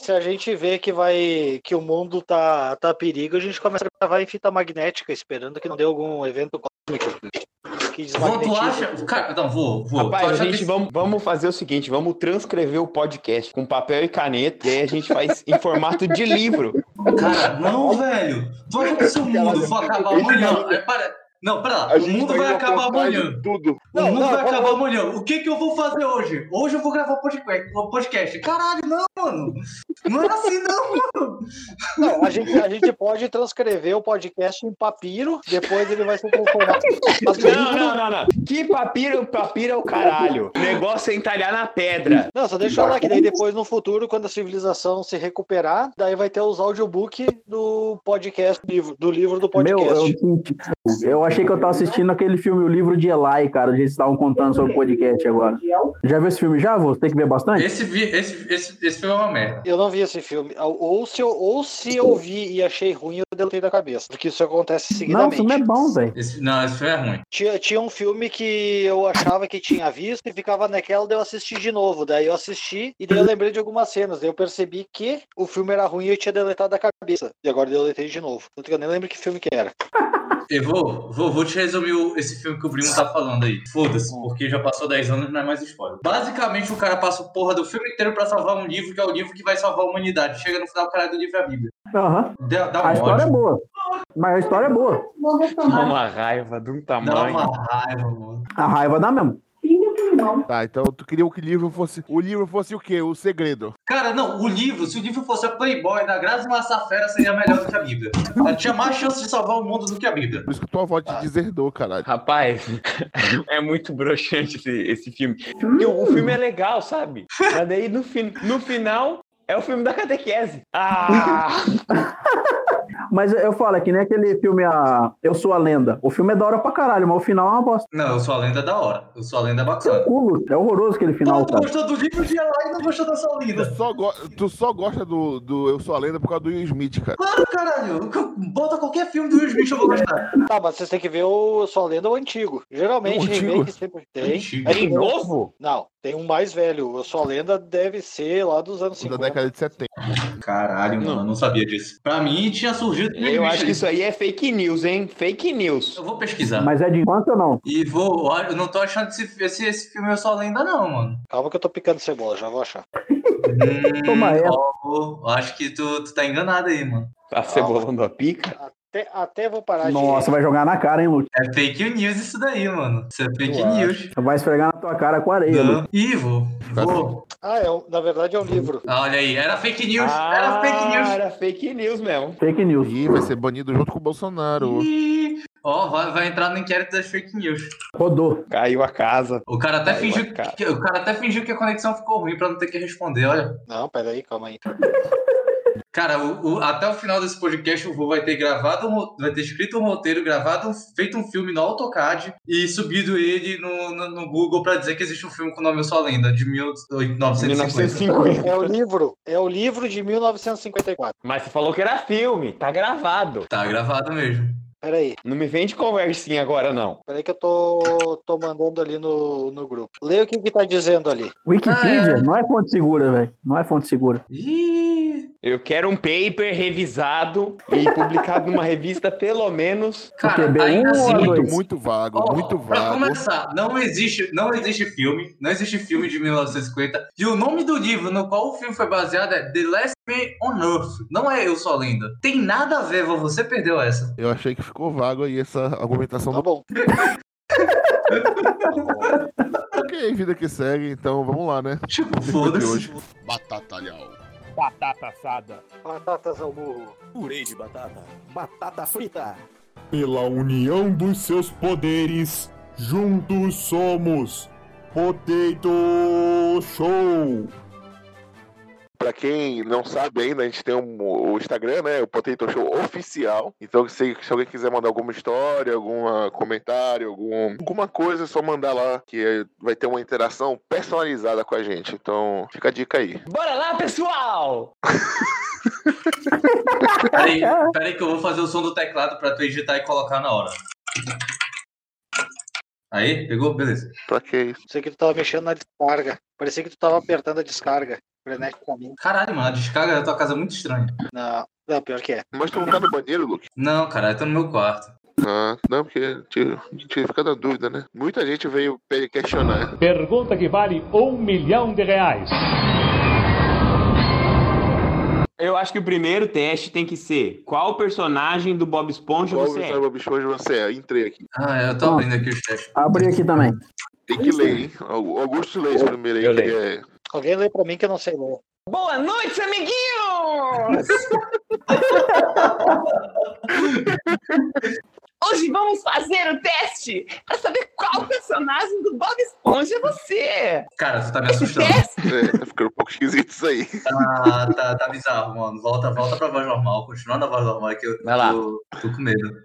se a gente vê que vai que o mundo tá tá a perigo, a gente começa a gravar em fita magnética, esperando que não dê algum evento cósmico que Vou, tu desmagnetize. acha. Cara, não, vou, vou. Tu Rapaz, acha a gente que- vamos, vamos fazer o seguinte, vamos transcrever o podcast com papel e caneta, e aí a gente faz em formato de livro. Cara, não, velho. Tu acha que se o mundo for acabar amanhã. é, Para... Não, pera lá. A O gente mundo tá vai indo acabar atrás de amanhã. Tudo. O Não, mundo não, vai vamos- acabar amanhã. O que que eu vou fazer hoje? Hoje eu vou gravar podcast- um podcast. Caralho, não, mano. Não é assim, não, mano. Não, a gente, a gente pode transcrever o podcast em papiro, depois ele vai ser transformado. Mas, Não, não, não, não. Que papiro, papiro é o caralho. O negócio é entalhar na pedra. não, só deixa eu falar que daí depois no futuro, quando a civilização se recuperar, daí vai ter os audiobook do podcast, do livro- do livro do Meu, podcast. eu, eu achei que eu tava assistindo aquele filme, o livro de Eli, cara, onde eles estavam contando sobre o podcast agora. Já viu esse filme já, vô? Você tem que ver bastante? Esse, vi- esse, esse, esse filme é uma merda. Eu não vi esse filme. Ou se eu, ou se eu vi e achei ruim, eu deletei da cabeça. Porque isso acontece Não, esse seguidamente. filme é bom, velho. Esse- não, esse filme é ruim. tinha, tinha um filme que eu achava que tinha visto e ficava naquela, daí eu assisti de novo. Daí eu assisti e Uhum. daí eu lembrei de algumas cenas. Daí eu percebi que o filme era ruim e eu tinha deletado da cabeça. E agora eu deletei de novo. Tanto que eu nem lembro que filme que era. Eu vou, vou, vou te resumir o- esse filme que o Bruno tá falando aí. Foda-se, porque já passou 10 anos, não é mais spoiler. Basicamente, o cara passa o porra do filme inteiro pra salvar um livro, que é o livro que vai salvar a humanidade. Chega no final, o cara do livro é a Bíblia. Aham. Dá, dá um A história é ódio. boa. Mas a história é boa. Vou Dá retomar. uma raiva de um é Dá tamanho. uma raiva, mano. A raiva dá mesmo. Filho do irmão. Tá, então tu queria que o livro fosse. O livro fosse o quê? O segredo. Cara, não, o livro, se o livro fosse a Playboy da Grazi Massafera, seria melhor do que a Bíblia. Ela tinha mais chance de salvar o mundo do que a Bíblia. Por isso que tua avó te deserdou, caralho. Rapaz, é muito broxante esse, esse filme. Porque o, o filme é legal, sabe? Mas daí no, fin- no final é o filme da catequese. Ah! Mas eu falo, é que nem aquele filme a Eu Sou a Lenda. O filme é da hora pra caralho, mas o final é uma bosta. Não, eu sou a lenda da hora. Eu sou a lenda bacana. Culo, é horroroso aquele final, Não, tu cara. gostou do livro de lá e não gostou da sua Tu linda. só, go- tu só gosta do, do Eu Sou a Lenda por causa do Will Smith, cara. Claro, caralho. Bota qualquer filme do Will Smith, eu vou gostar. Tá, mas vocês têm que ver o Só Lenda o antigo. Geralmente, O antigo? remake sempre tem. Antigo. É De novo? Não, tem um mais velho. O Só Lenda deve ser lá dos anos Da 50. década de 70. Caralho, mano, eu não sabia disso. Pra mim tinha surgido. Eu acho que isso aí é fake news, hein? Fake news. Eu vou pesquisar. Mas é de infância ou não? E vou. Olha, eu não tô achando esse, esse, esse filme eu só lenda, não, mano. Calma que eu tô picando cebola, já vou achar. Hum, Toma essa. ó, eu acho que tu, tu tá enganado aí, mano. Tá cebolando a pica? Até, até vou parar Nossa, vai jogar na cara, hein, Lute? É fake news isso daí, mano. Isso é fake Eu news. Vai esfregar na tua cara com areia, Lute. Não. Ih, vou. vou. de. Ah, é, um- na verdade é um livro. Ah, Olha aí, era fake news. era fake news. Ah, Era fake news mesmo. Fake news. Ih, vai ser banido junto com o Bolsonaro. Ih, Ó, vai, vai entrar no inquérito das fake news. Rodou. Caiu a casa. O cara até Ai, fingiu cara. que, o cara até fingiu que a conexão ficou ruim pra não ter que responder, olha. Não, peraí, calma aí. Cara, o- o- até o final desse podcast o Vô vai ter gravado, um ro- vai ter escrito um roteiro, gravado, um- feito um filme no AutoCAD e subido ele no, no, no Google pra dizer que existe um filme com o nome Eu Sou a Lenda, de 1950. 1950. É o livro, é o livro de 1954. Mas você falou que era filme, tá gravado. Tá gravado mesmo. Peraí, Não me vende conversinha agora, não. peraí que eu tô, tô mandando ali no, no grupo. Leia o que que tá dizendo ali. Wikipedia Ah, é. não é fonte segura, velho. Não é fonte segura. Ih, Eu quero um paper revisado e publicado numa revista, pelo menos. cara, QB1 ainda ou assim. dois? Muito, muito vago, ó, muito pra vago. começar, não existe, não existe filme, não existe filme de 1950. E o nome do livro no qual o filme foi baseado é The Last Man on Earth. Não é Eu Sou a Lenda. Tem nada a ver, Vô, você perdeu essa. Eu achei que ficou vago aí essa argumentação Tá do. bom. Ok, vida que segue, então vamos lá, né? Tipo, De foda-se. hoje. Batatalhau. Batata assada. Batatas ao tá, burro. Purê de batata. Batata frita. Pela união dos seus poderes, juntos somos Potato Show! Pra quem não sabe ainda, a gente tem um- o Instagram, né? O Potato Show oficial. Então, se, se alguém quiser mandar alguma história, algum comentário, algum, alguma coisa, é só mandar lá, que eh, vai ter uma interação personalizada com a gente. Então, fica a dica aí. Bora lá, pessoal! Peraí, peraí que eu vou fazer o som do teclado pra tu digitar e colocar na hora. Aí, pegou? Beleza. Pra que isso? Sei que tu tava mexendo na descarga. Parecia que tu tava apertando a descarga. freneticamente. Caralho, mano, a descarga da tua casa é muito estranha. Não, não, pior que é. Mas tu não tá no banheiro, Luke? Não, cara, eu tô no meu quarto. Ah, não, porque te- a gente fica na dúvida, né? Muita gente veio pe- questionar. Pergunta que vale um milhão de reais. Eu acho que o primeiro teste tem que ser qual personagem do Bob Esponja Qual você é. o Bob Esponja você é? Entrei aqui. Ah, eu tô abrindo aqui os testes. Abri aqui também. Tem que ler, hein? Au- Augusto lê esse primeiro aí, é. eu que leio. é. Alguém lê pra mim que eu não sei ler. Boa noite, amiguinhos! Hoje vamos fazer o teste para saber qual personagem do Bob Esponja você é. Cara, tu tá me Esse assustando. teste é tá ficando um pouco esquisito isso aí. Tá, tá, tá bizarro, mano. Volta, volta pra voz normal. Continua na voz normal é que eu Vai lá. Tô, tô com medo.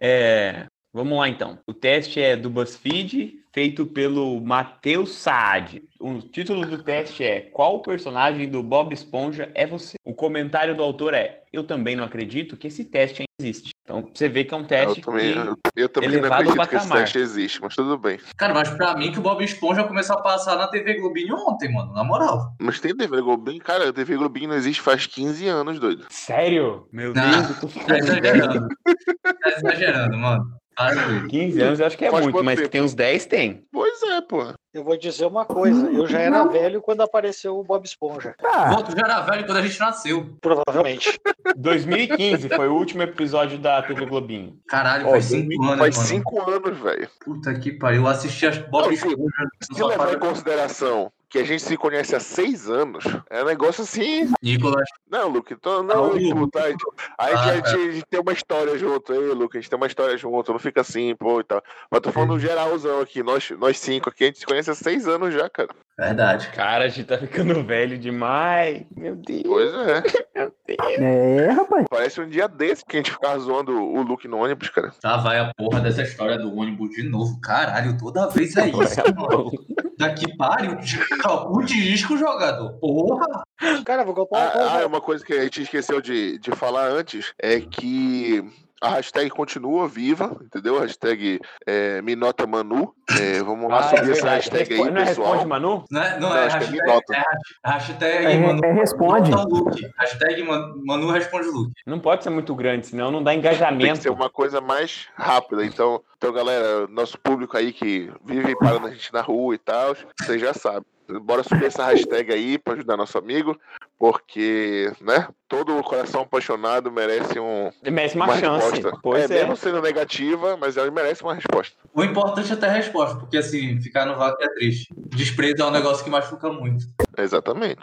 É, vamos lá então. O teste é do BuzzFeed, feito pelo Matheus Saad. O título do teste é Qual personagem do Bob Esponja é você? O comentário do autor é Eu também não acredito que esse teste ainda existe. Então você vê que é um teste Eu também, que- eu, eu também não elevado ao acredito que esse patamar. teste existe, mas tudo bem. Cara, mas pra mim que o Bob Esponja começou a passar na TV Globinho ontem, mano. Na moral. Mas tem TV Globinho? Cara, TV Globinho não existe faz 15 anos, doido. Sério? Meu Não. Deus, eu tô ficando Tá é velho. exagerando. Tá exagerando, mano. Para com isso. 15 anos eu acho que é Faz muito, quanto mas que tempo? tem uns 10 tem. Pois é, pô. Eu vou dizer uma coisa, eu já era velho quando apareceu o Bob Esponja. Ah, Pô, tu já era velho quando a gente nasceu. Provavelmente. 2015 foi o último episódio da TV Globinho. Caralho, Ó, faz cinco anos, Faz mano. 5 anos, velho. Puta que pariu. Eu assisti as Bob Não, Esponja no Se levar em sofá. consideração que a gente se conhece há 6 anos, é um negócio assim. Nicolas. Não, Luke, então Ah, não, o Luke, tá, aí Ah, a gente, a gente tem uma história junto, aí, Luke, a gente tem uma história junto, não fica assim, pô, e tal. Mas tô Uhum. falando geralzão aqui, nós, nós cinco aqui, a gente se conhece há seis anos já, cara. Verdade. Cara, a gente tá ficando velho demais. Meu Deus. Pois é. é, rapaz. Parece um dia desse que a gente ficava zoando o Luke no ônibus, cara. Tá, vai a porra dessa história do ônibus de novo. Caralho, toda vez é isso, mano. Daqui pariu. Calcula de risco, jogador. Porra. Cara, vou contar uma coisa. Ah, ah, uma coisa que a gente esqueceu de, de falar antes é que a hashtag continua viva, entendeu? A hashtag é, Minota Manu. É, vamos Ah, lá é subir essa verdade. hashtag Responde- não é aí, responde, pessoal. Manu? Não é, não, Não, é, acho que é hashtag, Minota. é hashtag, É, mano. é, responde. Nota Luke. Hashtag Man- Manu responde Luke. Não pode ser muito grande, senão não dá Tem que engajamento. ser uma coisa mais rápida. Então, então, galera, nosso público aí que vive parando a gente na rua e tal, vocês já sabem. Bora subir essa hashtag aí pra ajudar nosso amigo, porque, né? Todo coração apaixonado merece um, É Merece uma, uma chance. resposta. Pois é. mesmo sendo negativa, mas ela merece uma resposta. O importante é ter a resposta, porque assim, ficar no vácuo é triste. Desprezo é um negócio que machuca muito. Exatamente.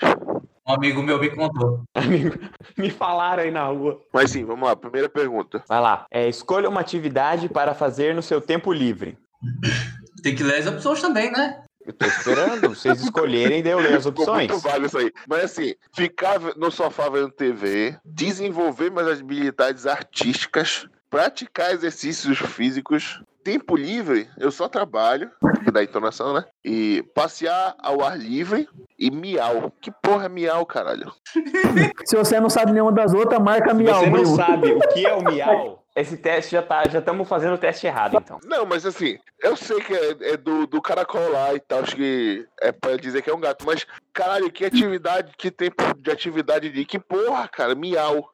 Um amigo meu me contou. Amigo, me falaram aí na rua. Mas sim, vamos lá. Primeira pergunta. Vai lá. É, escolha uma atividade para fazer no seu tempo livre. Tem que ler as opções também, né? Eu tô esperando vocês escolherem, daí eu leio as Ficou opções. muito válido isso aí. Mas assim, ficar no sofá vendo TV, desenvolver mais as habilidades artísticas, praticar exercícios físicos, tempo livre, eu só trabalho, que dá entonação, né? E passear ao ar livre e miau. Que porra é miau, caralho? Se você não sabe nenhuma das outras, marca Se miau, você não primo. sabe o que é o miau, esse teste já tá, já estamos fazendo o teste errado, então. Não, mas assim, eu sei que é, é do, do caracol lá e tal, acho que é pra dizer que é um gato, mas caralho, que atividade, que tempo de atividade de que porra, cara, miau.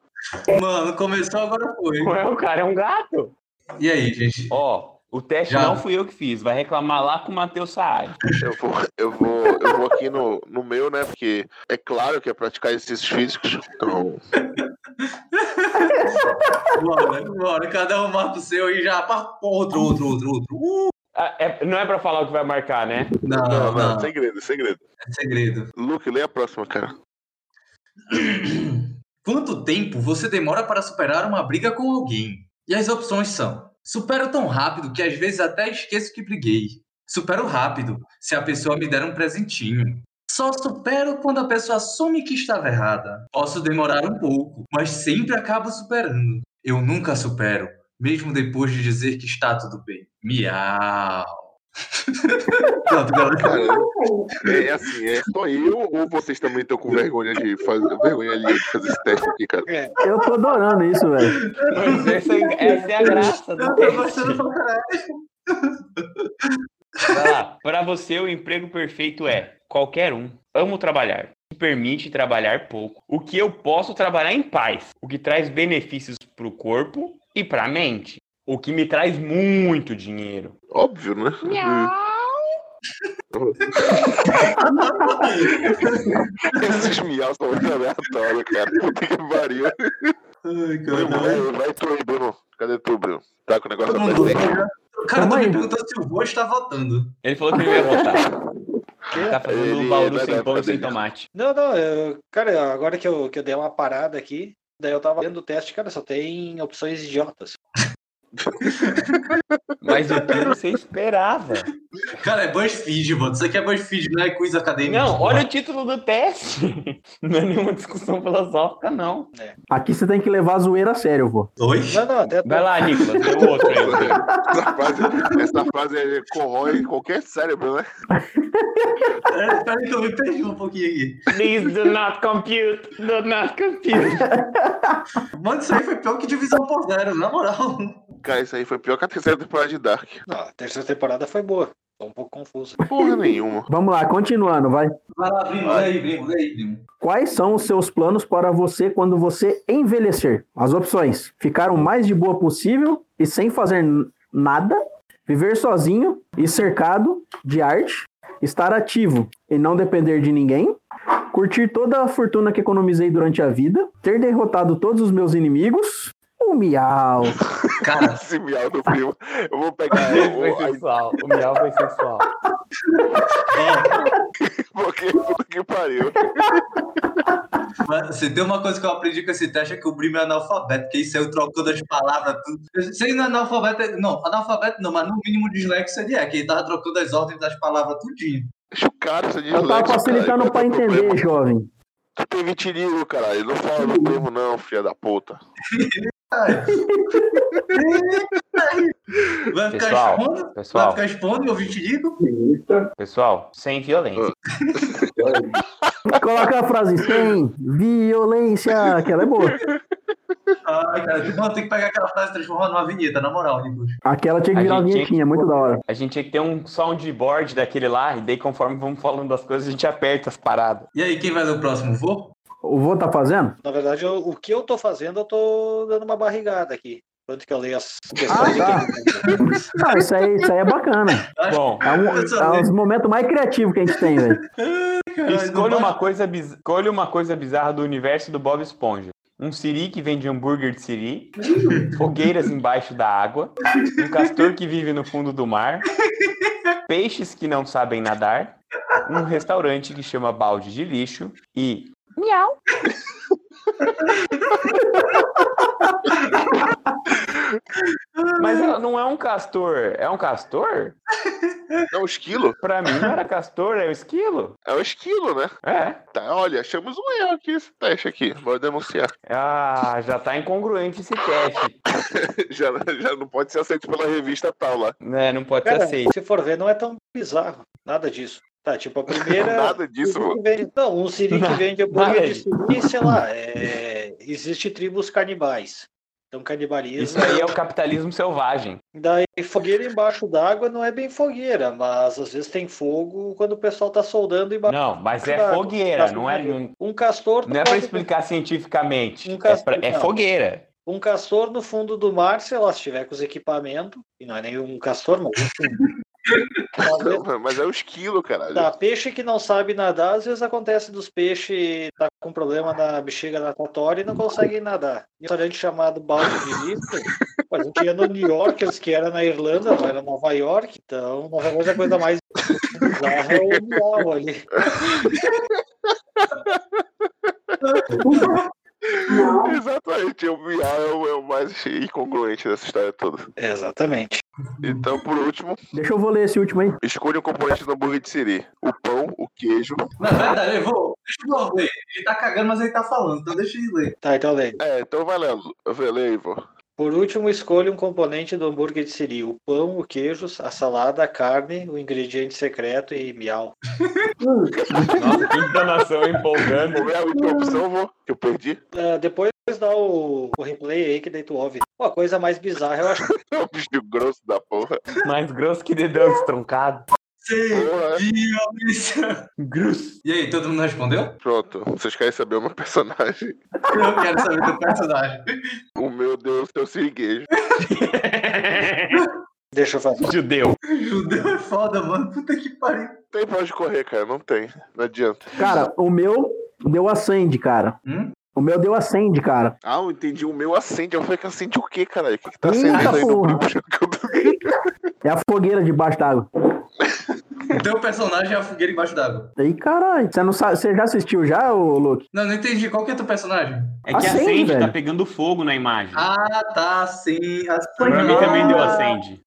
Mano, começou, agora foi. Não é o cara, é um gato. E aí, gente? Ó, o teste Já. não fui eu que fiz. Vai reclamar lá com o Matheus Saad. Eu vou, eu vou, eu vou aqui no, no meu, né? Porque é claro que é praticar exercícios físicos. Então, Bora, bora. Cada um marca o seu e já. pá, Outro, outro, outro, outro. Uh, Ah, é- não é pra falar o que vai marcar, né? Não, não, Ah, não, não, não. segredo, segredo. É segredo. Luke, lê a próxima, cara. Quanto tempo você demora para superar uma briga com alguém? E as opções são: supero tão rápido que às vezes até esqueço que briguei. Supero rápido, se a pessoa me der um presentinho. Só supero quando a pessoa assume que estava errada. Posso demorar um pouco, mas sempre acabo superando. Eu nunca supero, mesmo depois de dizer que está tudo bem. Miau. Não, tô Cara, galera. é assim, é só eu ou vocês também estão com vergonha de fazer vergonha ali de fazer esse teste aqui, cara? Eu tô adorando isso, velho. Pois essa, é- essa é a graça do Eu tô gostando teste. pra caralho. Vai lá. Pra você, o emprego perfeito é qualquer um. Amo trabalhar. me permite trabalhar pouco, o que eu posso trabalhar em paz, o que traz benefícios para o corpo e para a mente, o que me traz muito dinheiro. Óbvio, né? Esses miaus são muito aleatórios, cara. Puta que pariu. Ai, caralho. Vai, vai tu aí, Bruno. Cadê tu, Bruno? Tá com o negócio Todo mundo aberto? vota. O cara tá Calma me aí. perguntando se o tá vô está votando. Ele falou que não ia votar. Tá fazendo Ele um bauru vai sem dar pão e pra sem dentro. tomate. Não, não, eu- cara, agora que eu, que eu dei uma parada aqui, daí eu tava lendo o teste, cara, só tem opções idiotas. Mas o que você esperava? Cara, é BuzzFeed, mano. Isso aqui é BuzzFeed, não é quiz acadêmico. Não, olha o título do teste. Não é nenhuma discussão filosófica, não. Aqui você tem que levar a zoeira a sério, vô. Oi? Não, não, até Vai lá, Nicolas, deu outro aí. Rodrigo. Essa frase, essa frase é- corrói qualquer cérebro, né? É, Peraí que eu me perdi um pouquinho aqui. Please do not compute, do not compute. Mano, isso aí foi pior que divisão por zero, na moral. Cara, isso aí foi pior que a terceira temporada de Dark. Não, a terceira temporada foi boa. Tô um pouco confuso. Porra nenhuma. Vamos lá, continuando, vai. Vai lá, primo, lê aí, primo, lê aí, primo. Quais são os seus planos para você quando você envelhecer? As opções: ficar o mais de boa possível e sem fazer n- nada, viver sozinho e cercado de arte, estar ativo e não depender de ninguém, curtir toda a fortuna que economizei durante a vida, ter derrotado todos os meus inimigos. O miau. Cara, Esse miau do primo. Eu vou pegar Foi o, a sexual, o miau foi sexual. Porque puta que pariu. Mas, se tem uma coisa que eu aprendi com esse teste é que o Brimo é analfabeto, que ele saiu trocando as palavras, tudo. Sem analfabeto, não, analfabeto não, mas no mínimo dislexo ele é, que ele tava trocando as ordens das palavras tudinho. Acho caro essa Eu tava facilitando pra entender, jovem. Tu tem vitiligo, caralho. Não fala do primo, não, filha da puta. Vai ficar Pessoal, expondo? Vai pessoal, ficar expondo meu vitiligo? pessoal, sem violência. Coloca a frase sem violência, aquela é boa. Ai, cara, mano, tem que pegar aquela frase e transformar numa vinheta, na moral, Nicolas. Aquela tinha A que virar uma gente tinha que- vinhetinha, muito da hora. A gente tinha que ter um soundboard daquele lá, e daí conforme vamos falando das coisas, a gente aperta as paradas. E aí, quem vai no próximo? Vou? O vô tá fazendo? Na verdade, eu- o que eu tô fazendo, eu tô dando uma barrigada aqui. Tanto que eu leio as Ah, questões tá. aqui. Ah, isso aí, isso aí é bacana. Bom, É um, é um dos momentos mais criativos que a gente tem, velho. escolha uma, coisa biz- escolha uma coisa bizarra do universo do Bob Esponja. Um siri que vende hambúrguer de siri, fogueiras embaixo da água, um castor que vive no fundo do mar, peixes que não sabem nadar, um restaurante que chama balde de lixo e miau. Mas ela não é um castor, é um castor? É um esquilo? Pra mim não era castor, é um esquilo. É um esquilo, né? É. Tá, olha, achamos um erro aqui esse teste aqui. Vou denunciar. Ah, já tá incongruente esse teste. Já, já não pode ser aceito pela revista tal lá. Né, não pode ser Cara, aceito. se for ver, não é tão bizarro. Nada disso. Tá, tipo, a primeira. Nada disso, um siri mano. que vende- Não, um Siri que Nada vende hambúrguer de disso. Siri, sei lá. É... Existe tribos canibais. Então, Isso canibalismo. aí é o capitalismo selvagem. Daí, fogueira embaixo d'água não é bem fogueira, mas às vezes tem fogo quando o pessoal tá soldando embaixo. Não, mas é Claro, fogueira, não é, não, Um castor. não é pra pode- explicar cientificamente. Um É, pra- castor, é não. fogueira. Um castor no fundo do mar, sei lá, se tiver com os equipamentos, e não é nem um castor, mas enfim. Talvez- Mas é um esquilo, caralho. Tá, peixe que não sabe nadar, às vezes acontece dos peixes tá com problema na bexiga natatória e não conseguem nadar. E um restaurante chamado Balde de Lixo, pô, a gente ia no New York, eles que era na Irlanda, não era Nova York, então Nova York é a coisa mais bizarra é o Miau ali. Exatamente. O miau é o, é o mais incongruente dessa história toda. Exatamente. Então, por último, Deixa eu vou ler esse último aí. escolha um componente do hambúrguer de siri. O pão, o queijo. Na verdade, eu vou. Deixa eu ler. Ele tá cagando, mas ele tá falando, então deixa ele ler. Tá, então leio. É, então vai lendo. Vê, lê aí, vô. Por último, escolha um componente do hambúrguer de siri, o pão, o queijo, a salada, a carne, o ingrediente secreto e miau. Nossa, que entonação empolgante. Qual é a última opção, vô? Que eu perdi. Ah, depois dá o, o replay aí que daí tu ouve. Pô, a coisa mais bizarra eu acho É um bicho grosso da porra. Mais grosso que dedão destroncado. Boa. Servia. Grus. E aí, todo mundo respondeu? Pronto, vocês querem saber o meu personagem? Eu quero saber do personagem. O meu Deus, seu siriguejo. Deixa eu fazer. Judeu. Judeu é foda, mano. Puta que pariu. Tem pra onde correr, cara, não tem. Não adianta. Cara, o meu deu a Sandy, cara. Hum? O meu deu a Sandy, cara. Ah, eu entendi. O meu acende. Eu falei que acende o quê, caralho? O que, que tá Eita acendendo aí no porra. bruxo? que eu tô- É a fogueira debaixo d'água. O teu personagem é a fogueira embaixo d'água. Aí, caralho, você não sabe. Você já assistiu já, ô Luke? Não, não entendi. Qual que é teu personagem? É que Acende, acende, tá velho. pegando fogo na imagem. Ah, tá, sim. As... pra mim também deu assim. acende.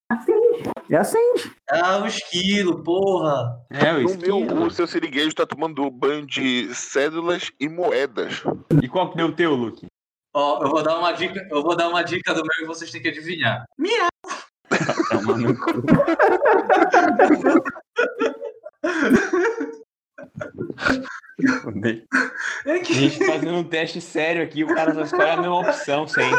É a Sandy. Ah, o esquilo, porra. É, o No esquilo. meu, o seu siriguejo tá tomando banho de cédulas e moedas. E qual que deu o teu, Luke? Ó, eu vou dar uma dica, eu vou dar uma dica do meu e vocês têm que adivinhar. Minha! Tá, mano. Fudeu. É A que gente fazendo um teste sério aqui, o cara só escolhe a mesma opção sempre.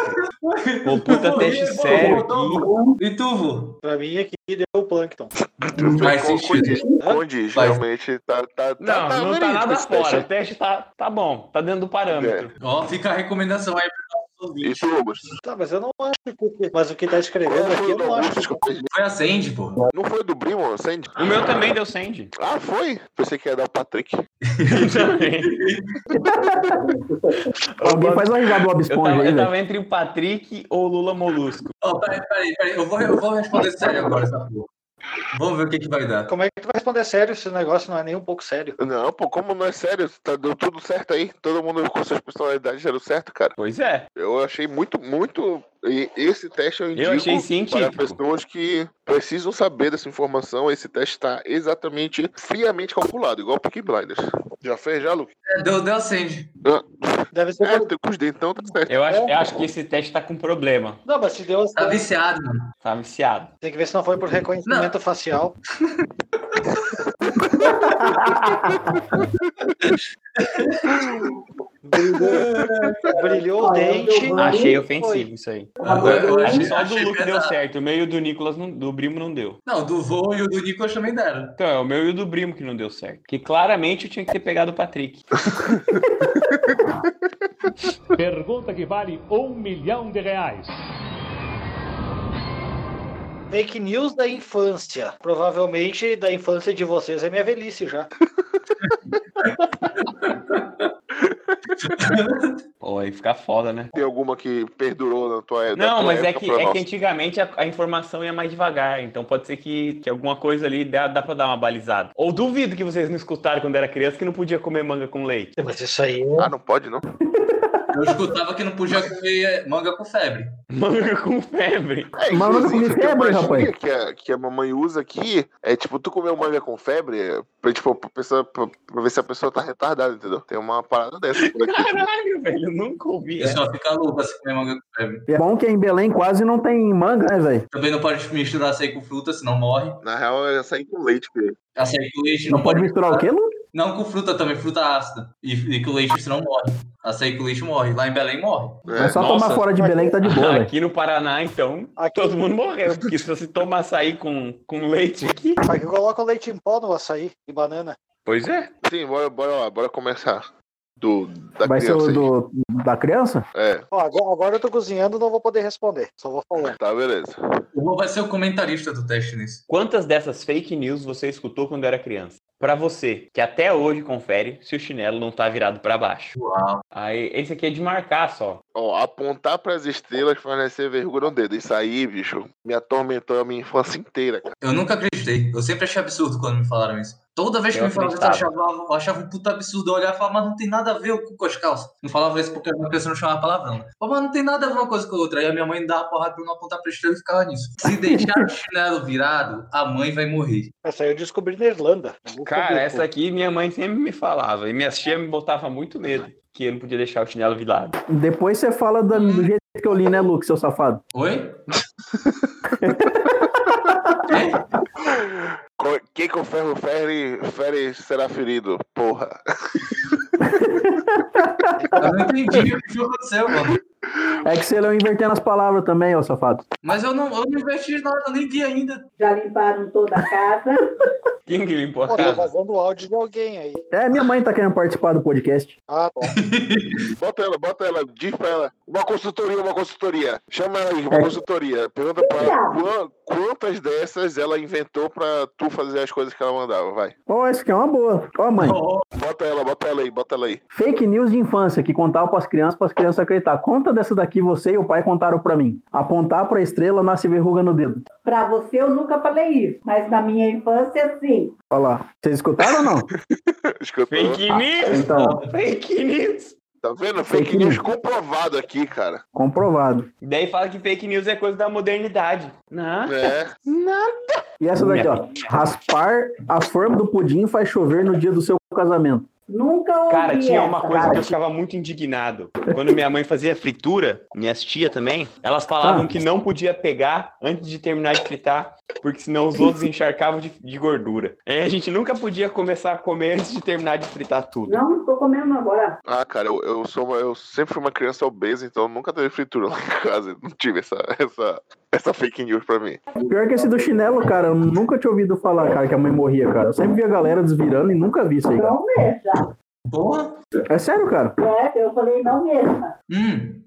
Um puta Pô, teste pô, sério pô, E tu, vô? Pra mim aqui deu o Plankton. Faz Co- sentido. Condiz, condiz, Faz. realmente. Tá, tá, tá, Não, tá não tá verídico nada esse teste fora. O teste tá, tá bom, tá dentro do parâmetro. Ó, fica a recomendação aí pro nosso aí. ouvinte. E tu, Lucas? Tá, mas eu não acho que. o que- Mas o que tá escrevendo Quando aqui foi eu do não acho Augusto que. que eu perdi? Foi a Sandy, pô. Não foi do Brimo, acende? O meu também deu Sandy. Ah, foi? Pensei que ia dar o Patrick. Também. Alguém faz uma risada do Bob Eu tava, Esponja aí, eu velho. tava entre o Patrick ou o Lula Molusco. Ó, peraí, peraí, peraí. Eu vou, eu vou responder sério agora essa porra. Vamos ver o que, que vai dar. Como é que tu vai responder sério se o negócio não é nem um pouco sério? Não, pô, como não é sério? Tá, deu tudo certo aí. Todo mundo com suas personalidades deram certo, cara. Pois é. Eu achei muito, muito. e Esse teste eu indico Eu achei Tipo, para científico. pessoas que precisam saber dessa informação. Esse teste está exatamente, friamente calculado, igual o Peaky Blinders. Já fez, já, Luke? É, deu, deu a Sandy. Deve ser. É, pelo- tem com os dentes, então tá certo. Eu acho, eu acho que esse teste tá com problema. Não, mas se deu. Tá viciado, mano. Tá viciado. Tem que ver se não foi por reconhecimento facial. brilhou, brilhou o dente. Achei ofensivo isso aí. Tá Eu Acho achei- que só o do achei Luke deu pesado. certo. O meu e o do Nicolas, não- do Brimo, não deu. Não, do voo e o do Nicolas também deram. Então, é o meu e o do Brimo que não deu certo. Que claramente eu tinha que ter pegado o Patrick. Pergunta que vale um milhão de reais. Fake news da infância. Provavelmente da infância de vocês é minha velhice já. Pô, aí fica foda, né? Tem alguma que perdurou na tua da Não, tua mas é época que, pra é que nossa? antigamente a, a informação ia mais devagar, então pode ser que, que alguma coisa ali dá, dá pra dar uma balizada. Ou duvido que vocês não escutaram quando era criança que não podia comer manga com leite. Mas isso aí. Ah, não pode, não? Eu escutava que não podia comer é, manga com febre. Manga com febre. É, Mas manga com inclusive, febre, tem uma rapaz. gíria Que a, que a mamãe usa aqui é tipo, tu comeu manga com febre, é, pra, tipo, pra, pessoa, pra, pra ver se a pessoa tá retardada, entendeu? Tem uma parada dessa por aqui. Caralho, velho, eu nunca ouvi. O pessoal fica louco se comer manga com febre. É bom que em Belém quase não tem manga, né, velho? Também não pode misturar açaí com fruta, senão morre. Na real, é sair com leite, filho. Açaí com leite Não pode misturar o quê, Luke? Não com fruta também, fruta ácida. E, e com leite senão morre. Açaí com leite morre. Lá em Belém morre. É É. só nossa. tomar fora de Belém que é tá de boa, velho. Aqui no Paraná, então, Aqui- todo mundo morreu. Porque se você tomar açaí com, com leite aqui. Mas que coloca o leite em pó no açaí e banana. Pois é. Sim, bora, bora lá, bora começar. Do, da Vai ser criança o aí. do, da criança? É, Ó, agora, agora eu tô cozinhando, não vou poder responder. Só vou falando. tá, beleza. O Vô vai ser o comentarista do teste nisso. Quantas dessas fake news você escutou quando era criança? Pra você, que até hoje confere se o chinelo não tá virado pra baixo. Uau. Aí, esse aqui é de marcar só. Ó, apontar pras estrelas fornecer verruga no dedo. Isso aí, bicho, me atormentou a minha infância inteira, cara. Eu nunca acreditei. Eu sempre achei absurdo quando me falaram isso. Toda vez que Eu me falavam isso, eu acreditava. achava, eu achava um puta absurdo. Eu olhava e falava, mas não tem nada a ver o cu com as calças. Não falava isso porque a pessoa não chamava palavrão. né? Falava, Mas não tem nada a ver uma coisa com a outra. Aí a minha mãe me dava porrada pra eu não apontar pra estrela e ficava nisso. Se deixar o chinelo virado, a mãe vai morrer. Essa aí eu descobri na Irlanda. Eu nunca vi, Cara, pô. essa aqui minha mãe sempre me falava. E minha tia me botava muito medo. Que eu não podia deixar o chinelo virado. Depois você fala da- do jeito que eu li, né, Luke, seu safado? Oi? Co- Quem com ferro fere, fere será ferido, porra. Eu não entendi o que aconteceu, mano. É que você leu invertendo as palavras também, ô safado. Mas eu não, eu não investi nada, eu nem vi ainda. Já limparam toda a casa. Quem que limpou Pô, a tá casa? vazando o áudio de alguém aí. É, minha mãe tá querendo participar do podcast. Ah, tá. Bota ela, bota ela, diz pra ela. Uma consultoria, uma consultoria. Chama ela aí, uma consultoria. Pergunta pra ela quan- quantas dessas ela inventou pra tu fazer as coisas que ela mandava, vai. Ó, isso aqui é uma boa. Ó, mãe, Bota ela, bota ela aí, bota ela aí. fake news de infância que contava pras crianças, pras crianças acreditar. Conta dessa daqui você e o pai contaram pra mim. Apontar pra estrela nasce verruga no dedo. Pra você eu nunca falei isso, mas na minha infância sim. Olha lá. Vocês escutaram ou não? Escutou? Fake news! Então, Fake news! Tá vendo? Fake Fake news news. comprovado aqui, cara. comprovado. E Daí fala que fake news é coisa da modernidade. Não. É. E essa daqui, ó. Raspar a forma do pudim faz chover no dia do seu casamento. Nunca ouvi Cara, tinha essa, uma coisa cara. que eu ficava muito indignado. Quando minha mãe fazia fritura, minhas tia também, elas falavam Ah. que não podia pegar antes de terminar de fritar, porque senão os outros encharcavam de, de gordura. É, a gente nunca podia começar a comer antes de terminar de fritar tudo. Não, tô comendo agora. Ah, cara, eu, eu sou uma- eu sempre fui uma criança obesa, então nunca teve fritura lá em casa. Não tive essa, essa, essa fake news pra mim. Pior que esse do chinelo, cara. Eu nunca tinha ouvido falar, cara, que a mãe morria, cara. Eu sempre vi a galera desvirando e nunca vi isso aí, cara. Não mesmo, já. Boa? É sério, cara. É, eu falei não mesmo. Hum.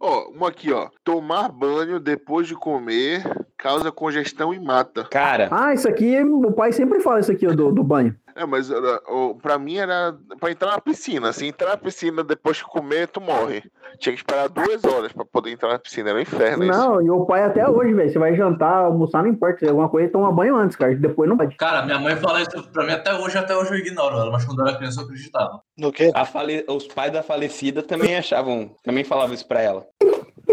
Ó, uma aqui, ó. Tomar banho depois de comer causa congestão e mata. Cara, Ah, isso aqui, o pai sempre fala isso aqui, ó, do, do banho. É, mas era, o- pra mim era pra entrar na piscina. Se entrar na piscina depois que comer, tu morre. Tinha que esperar duas horas pra poder entrar na piscina. Era um É, inferno isso. Não, e o pai até hoje, velho. Você vai jantar, almoçar, não importa. Se é alguma coisa, toma banho antes, cara. Depois não pode. Cara, minha mãe fala isso pra mim até hoje, até hoje eu ignoro ela, mas quando eu era criança eu acreditava. No quê? a fale- os pais da falecida também achavam, também falavam isso pra ela.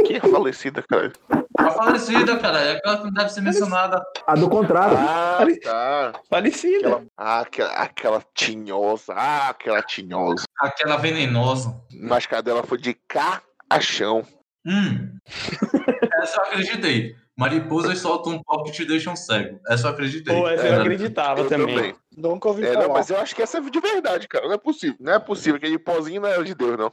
Que é falecida, cara. A falecida, Tá cara, é aquela que não deve ser mencionada. A do contrário. Ah, tá. Falecida. Aquela, ah, aquela, aquela tinhosa. Ah, aquela tinhosa. Aquela venenosa. Mas cadê ela foi de cá a chão. Hum. Essa eu acreditei. Mariposas soltam um pau que te deixam cego. Essa eu acreditei. Pô, essa eu acreditava É. Eu também. também. Nunca ouvi É, falar. não, mas eu acho que essa é de verdade, cara. Não é possível. Não é possível. Aquele pozinho não era de Deus, não.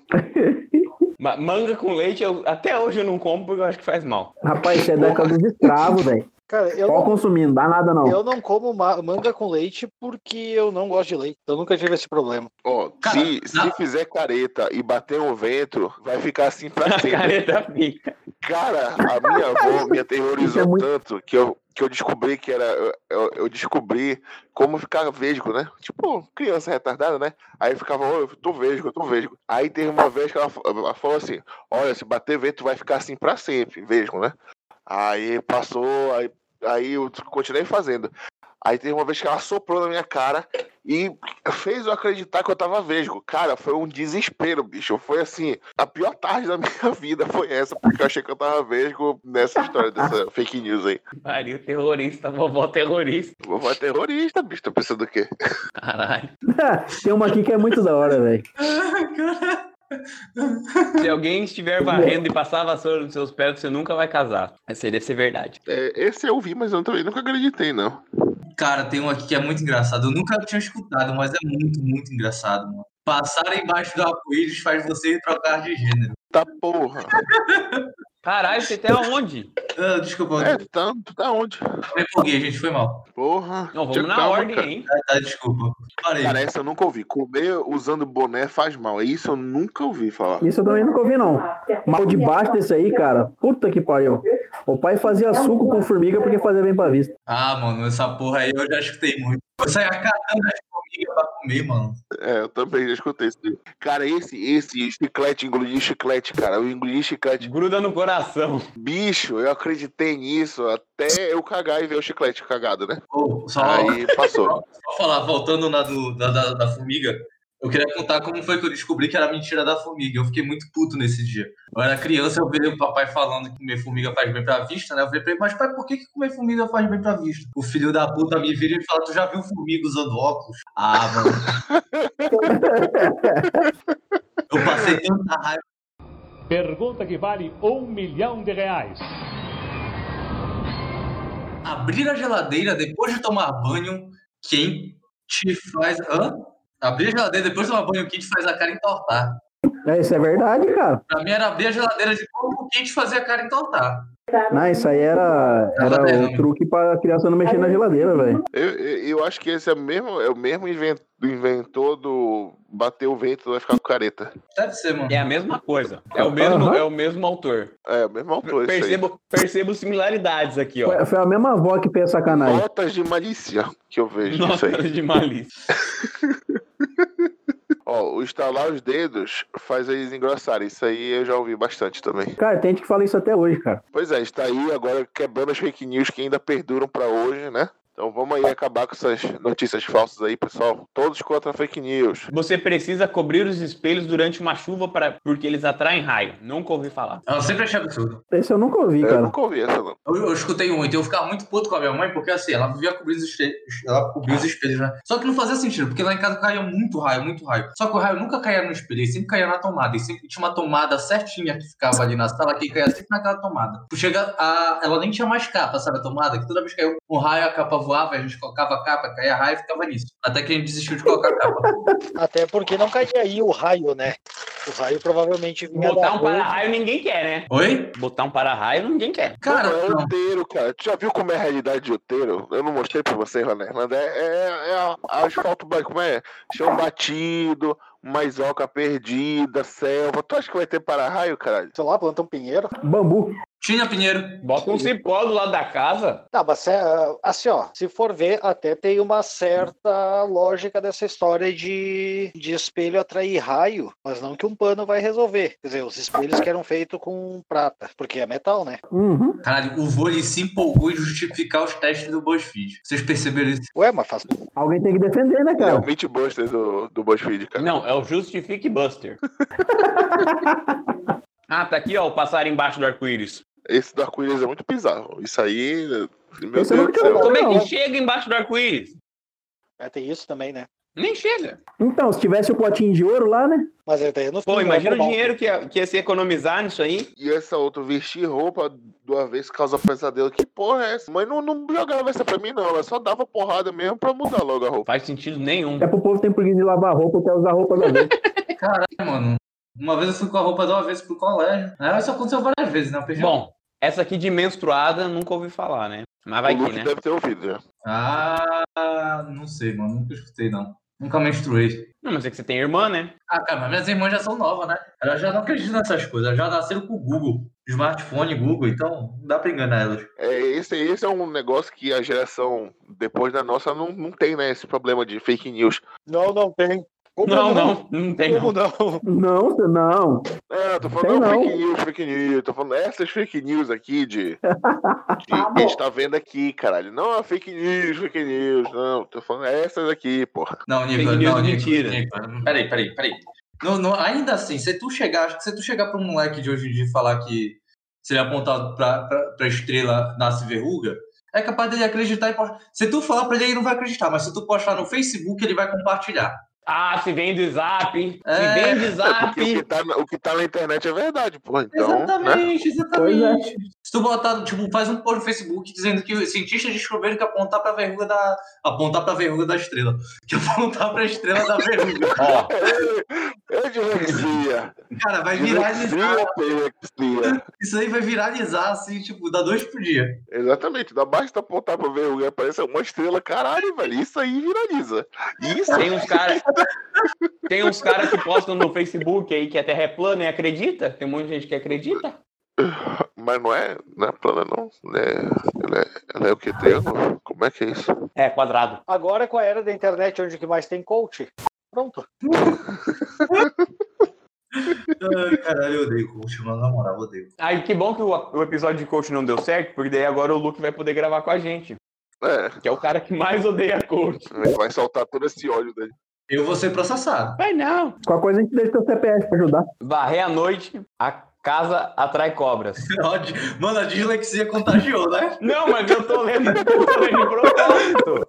Ma- Manga com leite, eu- até hoje eu não como porque eu acho que faz mal. Rapaz, isso é década dos escravos, velho. Cara, eu Pó não, consumindo, dá nada não. eu não como ma- manga com leite porque eu não gosto de leite. Eu nunca tive esse problema. Ó, Cara, se, se não. fizer careta e bater um vento, vai ficar assim pra sempre. Careta fica. Cara, a minha avó me aterrorizou Isso é muito- tanto que eu, que eu descobri que era. eu- Eu, eu descobri como ficar vesgo, né? Tipo, criança retardada, né? Aí ficava, "Ô, eu tô vesgo, eu tô vesgo. Aí teve uma vez que ela, fa- ela falou assim: Olha, se bater vento, vai ficar assim pra sempre, vesgo, né? Aí passou, aí, aí eu continuei fazendo. Aí teve uma vez que ela soprou na minha cara e fez eu acreditar que eu tava vesgo. Cara, foi um desespero, bicho. Foi assim, a pior tarde da minha vida foi essa, porque eu achei que eu tava vesgo nessa história dessa fake news aí. Pariu, terrorista, vovó terrorista. Vovó é terrorista, bicho. Tá pensando o quê? Caralho. Tem uma aqui que é muito da hora, velho. Se alguém estiver varrendo e passar a vassoura nos seus pés, você nunca vai casar. Essa deve ser verdade. É, esse eu vi, mas eu também nunca acreditei, não. Cara, tem um aqui que é muito engraçado. Eu nunca tinha escutado, mas é muito, muito engraçado, mano. Passar embaixo do arco-íris faz você trocar de gênero. Tá porra. Caralho, você até onde? Ah, desculpa, É, eu tá, tu tá onde? me empolguei, gente, foi mal. Porra. Não, vamos Tinha na calma, ordem, cara. hein? Ah, tá, desculpa. Parei. Cara, essa eu nunca ouvi. Comer usando boné faz mal. É Isso eu nunca ouvi falar. Isso eu também nunca ouvi não. Ah, Mal debaixo desse aí, cara. Puta que pariu. O pai fazia suco com formiga porque fazia bem pra vista. Ah, mano, essa porra aí eu já escutei muito. Eu saia catando as formigas pra comer, mano. É, eu também já escutei isso. aí. Cara, esse, esse chiclete, engolir chiclete, cara. Eu engoli chiclete. Gruda no coração. Bicho, eu acreditei nisso até eu cagar e ver o chiclete cagado, né? Ô, só, Aí passou. só falar, voltando na do- da, da, da formiga, eu queria contar como foi que eu descobri que era mentira da formiga. Eu fiquei muito puto nesse dia. Eu era criança, eu vi o papai falando que comer formiga faz bem pra vista, né? Eu falei pra ele, mas pai, por que, que comer formiga faz bem pra vista? O filho da puta me vira e fala, tu já viu formiga usando óculos? Ah, mano. eu passei tanta raiva. Pergunta que vale um milhão de reais. Abrir a geladeira depois de tomar banho quente faz. Hã? Abrir a geladeira depois de tomar banho quente faz a cara entortar. É, isso é verdade, cara. Pra mim era abrir a geladeira de pão quente e fazer a cara entortar. Não, isso aí era, era o truque pra criança não mexer na geladeira, velho. Eu, eu, eu acho que esse é o mesmo, é o mesmo inven- inventor do bater o vento vai ficar com careta. Deve ser, mano. É a mesma coisa. É o mesmo, Aham. é o mesmo autor. É, o mesmo autor. isso aí. Percebo, percebo similaridades aqui, ó. Foi, foi a mesma avó que fez a sacanagem. Notas de malícia que eu vejo isso aí. Notas de malícia. Ó, o estalar os dedos faz eles engrossarem. Isso aí eu já ouvi bastante também. Cara, tem gente que fala isso até hoje, cara. Pois é, está aí agora quebrando as fake news que ainda perduram pra hoje, né? Então vamos aí acabar com essas notícias falsas aí, pessoal. Todos contra a fake news. Você precisa cobrir os espelhos durante uma chuva para porque eles atraem raio. Nunca ouvi falar. Eu sempre achei absurdo. Esse eu nunca ouvi, Eu cara. nunca ouvi essa, não. Eu, eu escutei muito, eu ficava muito puto com a minha mãe, porque assim, ela vivia cobrindo os espelhos, ela cobria os espelhos, né? Só que não fazia sentido, porque lá em casa caía muito raio, muito raio. Só que o raio nunca caía no espelho, ele sempre caía na tomada, e sempre tinha uma tomada certinha que ficava ali na sala, que caía sempre naquela tomada. Chega a... Ela nem tinha mais capa, sabe, a tomada, que toda vez que caiu um raio, a capa voava, a gente colocava a capa, caía raio e ficava nisso. Até que a gente desistiu de colocar a capa. Até porque não caía aí o raio, né? O raio provavelmente vinha da Botar um rua. para-raio ninguém quer, né? Oi? Botar um para-raio ninguém quer. Cara, Mano, é não. roteiro, cara. Tu já viu como é a realidade de roteiro? Eu não mostrei pra vocês, Rana Hernanda. É, é, é a- asfalto, ba- como é? Chão batido, maisóca perdida, selva. Tu acha que vai ter para-raio, caralho? Sei lá, planta um pinheiro. Bambu. Tinha Pinheiro. Bota um cipó do lado da casa. Não, mas é, assim, ó, se for ver, até tem uma certa lógica dessa história de, de espelho atrair raio, mas não que um pano vai resolver. Quer dizer, os espelhos que eram feitos com prata, porque é metal, né? Uhum. Caralho, o vôlei se empolgou em justificar os testes do BuzzFeed. Vocês perceberam isso? Ué, mas faz. Alguém tem que defender, né, É o cara? Meat Buster do, do BuzzFeed, cara. Não, é o Justifique Buster. ah, tá aqui, ó, o passarinho embaixo do arco-íris. Esse do arco-íris é muito bizarro. Isso aí. Meu Esse Deus eu não do céu. quero, Como é Não. que chega embaixo do arco-íris? É, tem isso também, né? Nem chega. Então, se tivesse o potinho de ouro lá, né? Mas é daí no Pô, fim, imagina né? o Bom, dinheiro que ia, que ia se economizar nisso aí. E essa outra, vestir roupa do avesso causa pesadelo. Que porra é essa? Mãe não, não jogava essa pra mim, não. Ela só dava porrada mesmo pra mudar logo a roupa. Faz sentido nenhum. É pro povo ter preguiça de lavar roupa até usar roupa da vez. Ai, mano. Uma vez eu fui com a roupa de uma vez pro colégio. Aí isso aconteceu várias vezes, né? Eu perdi- Bom, essa aqui de menstruada nunca ouvi falar, né? Mas vai o que, Luke né? deve ter ouvido já. Ah, não sei, mano. Nunca escutei, não. Nunca menstruei. Não, mas é que você tem irmã, né? Ah, cara, mas minhas irmãs já são novas, né? Elas já não acreditam nessas coisas. Elas já nasceram com o Google. Smartphone, Google. Então, não dá pra enganar elas. É, esse, esse é um negócio que a geração depois da nossa não, não tem, né? Esse problema de fake news. Não, não tem. Como Não, não, não tem. Como Não. não? Não, você- não. É, eu tô Tem falando não, não. fake news, fake news. Tô falando essas fake news aqui de. de que a Amor. gente tá vendo aqui, caralho. Não é fake news, fake news. Não, tô falando essas aqui, porra. Não, Nico, Fake não, news é Nico, mentira. Nico. Peraí, peraí, peraí. Não, não, ainda assim, se tu chegar, acho que se tu chegar pra um moleque de hoje em dia e falar que se ele apontado pra, pra, pra estrela nasce verruga, é capaz dele acreditar e postar. Se tu falar pra ele, ele não vai acreditar, mas se tu postar no Facebook, ele vai compartilhar. Ah, se vem do zap. É, Se vem do É, porque o que, zap. tá, na- o que tá na internet é verdade, porra. Então, né? exatamente, exatamente. Se tu botar, tipo, faz um post no Facebook dizendo que os cientistas descobriram que apontar pra verruga da. apontar pra verruga da estrela. Que apontar pra estrela da verruga. Ó, É dislexia. Cara, vai viralizar. Dislexia, dislexia. Isso aí vai viralizar, assim, tipo, dá dois por dia. Exatamente. Dá basta apontar pra ver o aparece uma estrela. Caralho, velho. Isso aí viraliza. Isso tem uns caras. Tem uns caras que postam no Facebook aí que a Terra é plana e acredita. Tem um monte de gente que acredita. Mas não é, não é plana, não. Ela é, ela é, ela é o que? Triângulo? Como é que é isso? É, quadrado. Agora com a era da internet, onde que mais tem coach? Pronto. Ai, caralho, eu odeio coach, mano, na moral, eu odeio. Aí que bom que o, o episódio de coach não deu certo, porque daí agora o Luke vai poder gravar com a gente. É, Que é o cara que mais odeia coach. ele vai soltar todo esse óleo daí. Eu vou ser processado. Vai não. Qualquer coisa a gente deixa teu CPF pra ajudar. Varrer à noite, a casa atrai cobras. Mano, a dislexia contagiou, né? Não, mas eu tô lendo, eu tô lendo de propósito.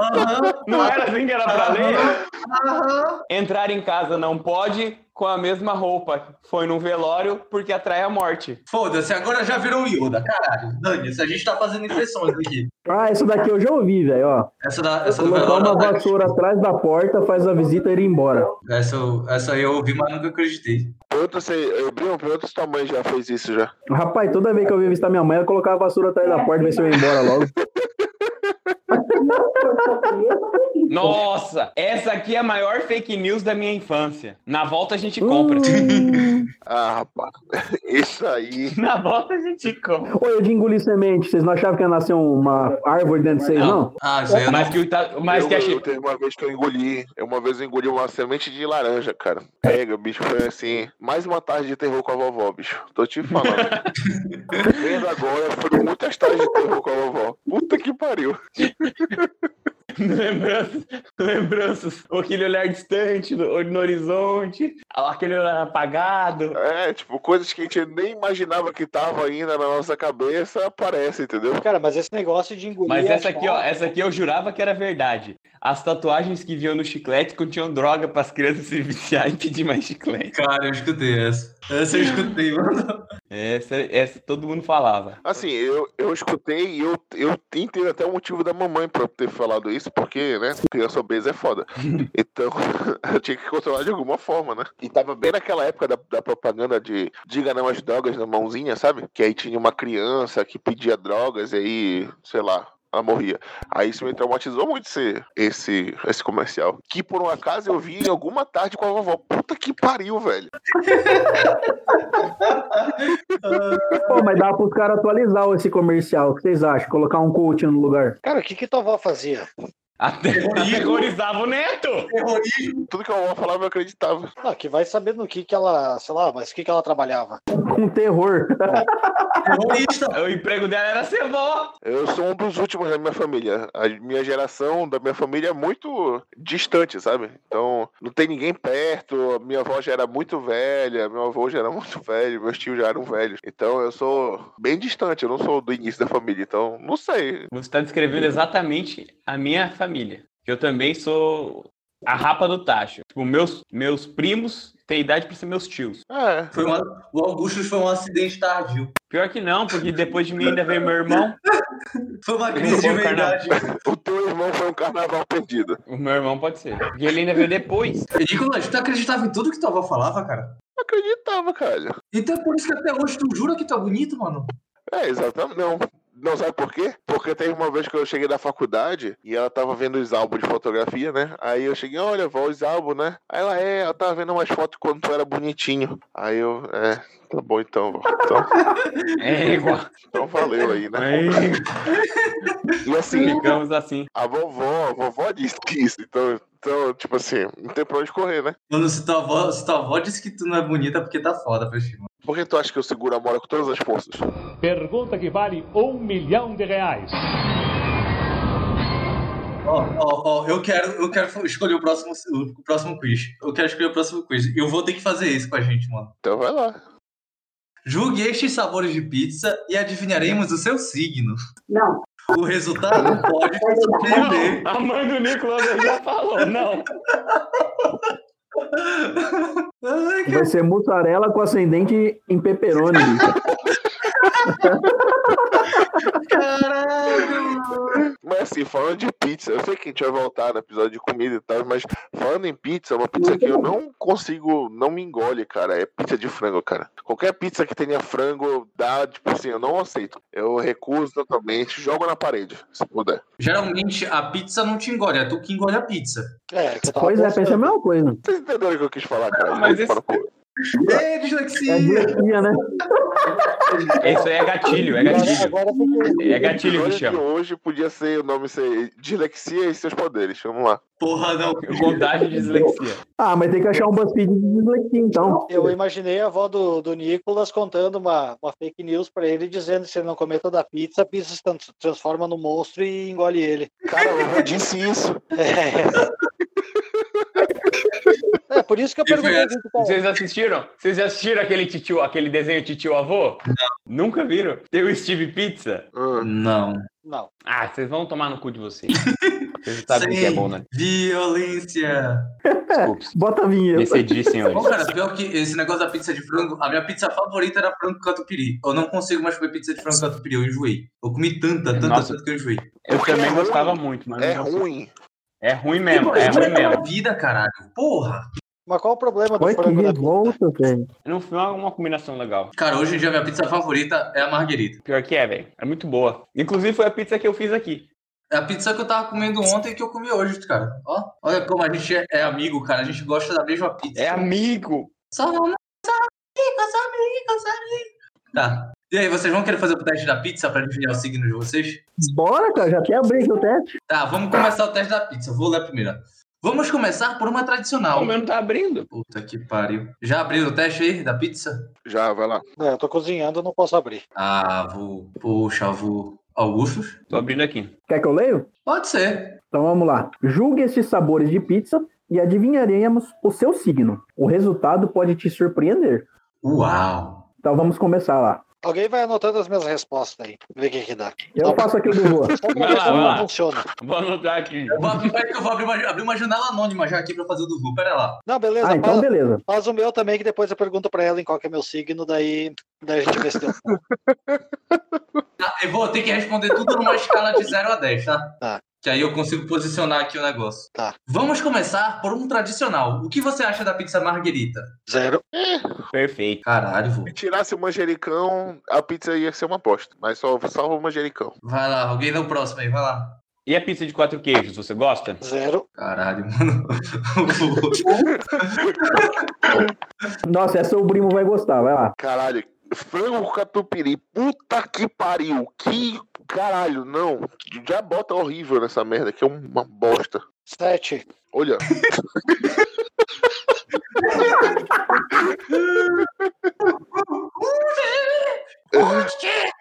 Aham, Não era assim que era pra ler? aham. Entrar em casa não pode com a mesma roupa. Foi num velório porque atrai a morte. Foda-se, agora já virou um Yoda, caralho. Dani, a gente tá fazendo impressões aqui. Ah, isso daqui eu já ouvi, velho, ó. Essa, da, essa é do Colocar velório uma da Tati. vassoura atrás da porta, faz a visita e ir embora. Essa, eu- essa aí eu ouvi, mas nunca acreditei. Pergunta se. Bruno, pergunta se tua mãe já fez isso já. Rapaz, toda vez que eu vim visitar minha mãe, ela colocava a vassoura atrás da porta, ver se eu ia embora logo. Nossa, essa aqui é a maior fake news da minha infância. Na volta a Uh. gente compra. Hum. Ah, rapaz. Isso aí. Na volta a gente compra. Oi, eu de engolir semente. Vocês não achavam que ia nascer uma árvore dentro de vocês, não? Ah, isso aí eu não. Mas que, o Ita- mas eu, que a eu teve uma vez que eu engoli. eu Uma vez eu engoli uma semente de laranja, cara. Pega, o bicho foi assim. Mais uma tarde de terror com a vovó, bicho. Tô te falando. Vendo agora, foram muitas tardes de terror com a vovó. Puta que pariu. Lembranças, lembranças, aquele olhar distante no, no horizonte, aquele olhar apagado. É, tipo, coisas que a gente nem imaginava que tava ainda na nossa cabeça, aparece, entendeu? Cara, mas esse negócio de engolir. Mas a essa aqui, ó, chave- essa aqui eu jurava que era verdade. As tatuagens que viam no chiclete continham droga para as crianças se viciar e pedir mais chiclete. Cara, eu escutei essa. Essa eu escutei, mano. Essa, essa todo mundo falava. Assim, eu, eu escutei e eu, eu entendo até o motivo da mamãe pra eu ter falado isso, porque, né, criança obesa é foda. Então, eu tinha que controlar de alguma forma, né? E tava bem naquela época da, da propaganda de diga não às drogas na mãozinha, sabe? Que aí tinha uma criança que pedia drogas e aí, sei lá. Ela morria. Aí isso me traumatizou muito esse, esse, esse comercial. Que por um acaso eu vi em alguma tarde com a vovó. Puta que pariu, velho. Pô, mas dá pros caras atualizar esse comercial. O que vocês acham? Colocar um coach no lugar. Cara, o que que tua avó fazia? Até aterrorizava o neto! Tudo que a vovó falava eu acreditava. Ah, que vai saber no que que ela, sei lá, mas o que que ela trabalhava. Com Um terror. Terrorista. O emprego dela era ser vó. Eu sou um dos últimos da minha família. A minha geração da minha família é muito distante, sabe? Então, não tem ninguém perto. Minha avó já era muito velha, meu avô já era muito velho, meus tios já eram velhos. Então, eu sou bem distante, eu não sou do início da família. Então, não sei. Você está descrevendo exatamente a minha família. Que eu também sou a rapa do tacho. Tipo, meus, meus primos têm idade para ser meus tios. É. Foi uma- o Augusto foi um acidente tardio. Pior que não, porque depois de mim ainda veio meu irmão. Foi uma Ele crise de roubou o carnaval. verdade. O teu irmão foi um carnaval perdido. O meu irmão pode ser. Porque ele ainda veio depois. Nicolas, tu acreditava em tudo que tua avó falava, cara? Não acreditava, cara. Então é por isso que até hoje tu jura que tu é bonito, mano. É, exatamente. Não. Não sabe por quê? Porque teve uma vez que eu cheguei da faculdade e ela tava vendo os álbuns de fotografia, né? Aí eu cheguei, olha, vó, os álbuns, né? Aí ela, é, ela tava vendo umas fotos quando tu era bonitinho. Aí eu, é, tá bom então, vó. Então, É igual. então valeu Tá aí, né? E assim, Ficamos assim. a vovó, a vovó disse isso, então, então, tipo assim, não tem pra onde correr, né? Mano, se tua avó, se tua avó disse que tu não é bonita, é porque tá foda pra ti, mano. Por que tu acha que eu seguro a mola com todas as forças? Pergunta que vale um milhão de reais. Ó, ó, ó, eu quero, eu quero escolher o próximo, o próximo quiz. Eu quero escolher o próximo quiz. Eu vou ter que fazer isso com a gente, mano. Então vai lá. Julgue estes sabores de pizza e adivinharemos o seu signo. Não, O resultado pode te surpreender. a mãe do Nicolas já falou. Não. Ai, Vai ser mussarela com ascendente em peperoni. caralho! Mas assim, falando de pizza, eu sei que a gente vai voltar no episódio de comida e tal, mas falando em pizza, uma pizza que eu não consigo, não me engole, cara, é pizza de frango, cara. Qualquer pizza que tenha frango, dá, tipo assim, eu não aceito. Eu recuso totalmente, jogo na parede, se puder. Geralmente a pizza não te engole, é tu que engole a pizza. É, que eu tava Pois é, pensando. pensa a mesma coisa. Vocês entenderam o que eu quis falar, cara? Não, Ah, mas Vai esse- tomar no cu. É, É dislexia! dia, né? Isso aí é gatilho, é Agora, gatilho. agora tem que- É gatilho O que episódio de chama. hoje podia ser o nome ser Dilexia e seus poderes. Vamos lá. Porra, não. Contagem de dislexia. Ah, mas tem que achar um BuzzFeed de dislexia, então. Eu imaginei a avó do, do Nicolas contando uma, uma fake news pra ele, dizendo que se ele não comer toda a pizza, a pizza se tran- transforma no monstro e engole ele. Cara, eu disse isso. É, é por isso que eu E foi perguntei. essa. muito, cara. Vocês assistiram? Vocês já assistiram aquele titio, aquele desenho titio avô? Nunca viram? Tem o Steve Pizza? Ah, Não. Não. Ah, vocês vão tomar no cu de vocês. Você já sabe o que é Sim. bom, né? Violência. Desculpe. Bota a vinheta. Me cedi, Bom, senhores. cara, pior que esse negócio da pizza de frango, a minha pizza favorita era frango catupiry. Eu não consigo mais comer pizza de frango catupiry, eu enjoei. Eu comi tanta, tanta, Nossa. tanta que eu enjoei. Eu Porque é também ruim. gostava muito, mas É Ah, não gosto. ruim. É ruim mesmo, Mas é ruim é mesmo. uma vida, caralho. Porra! Mas qual é o problema do Olha que frango na pizza? revolta, velho. No final, é uma combinação legal. Cara, hoje em dia minha pizza favorita é a marguerita. Pior que é, velho. É muito boa. Inclusive, foi a pizza que eu fiz aqui. É a pizza que eu tava comendo ontem que eu comi hoje, cara. Ó, olha como a gente é- é amigo, cara. A gente gosta da mesma pizza. É amigo. Só não, só amigo, só amigo, só amigo. Tá. E aí, vocês vão querer fazer o teste da pizza pra adivinhar o signo de vocês? Bora, cara, já até abri aqui o teste. Tá, vamos começar o teste da pizza. Vou ler a primeira. Vamos começar por uma tradicional. O meu não tá abrindo. Puta que pariu. Já abriram o teste aí da pizza? Já, vai lá. Não, eu tô cozinhando, eu não posso abrir. Ah, vou. Poxa, vou. Augustos? Tô abrindo aqui. Quer que eu leio? Pode ser. Então vamos lá. Julgue estes sabores de pizza e adivinharemos o seu signo. O resultado pode te surpreender. Uau. Então vamos começar lá. Alguém vai anotando as minhas respostas aí. Vê o que que dá. Eu faço aqui o do Juan. Só pra Vai ver lá, como vai lá. funciona. Vou anotar aqui. Eu vou abrir, peraí que eu vou abrir uma, abrir uma janela anônima já aqui pra fazer o do Vu. Pera lá. Não, beleza. Ah, então faz, beleza. faz o meu também, que depois eu pergunto pra ela em qual que é meu signo, daí, daí a gente vê se deu. Ah, eu vou ter que responder tudo numa escala de 0 a 10, tá? Tá. Que aí eu consigo posicionar aqui o negócio. Tá. Vamos começar por um tradicional. O que você acha da pizza marguerita? Zero. Perfeito. Caralho, vô. Se tirasse o manjericão, a pizza ia ser uma aposta. Mas só salva o manjericão. Vai lá, alguém dá o próximo aí, vai lá. E a pizza de quatro queijos, você gosta? Zero. Caralho, mano. Nossa, essa o primo vai gostar, vai lá. Caralho, frango catupiry, puta que pariu, que caralho, não. Já bota horrível nessa merda, que é uma bosta. Sete. Olha,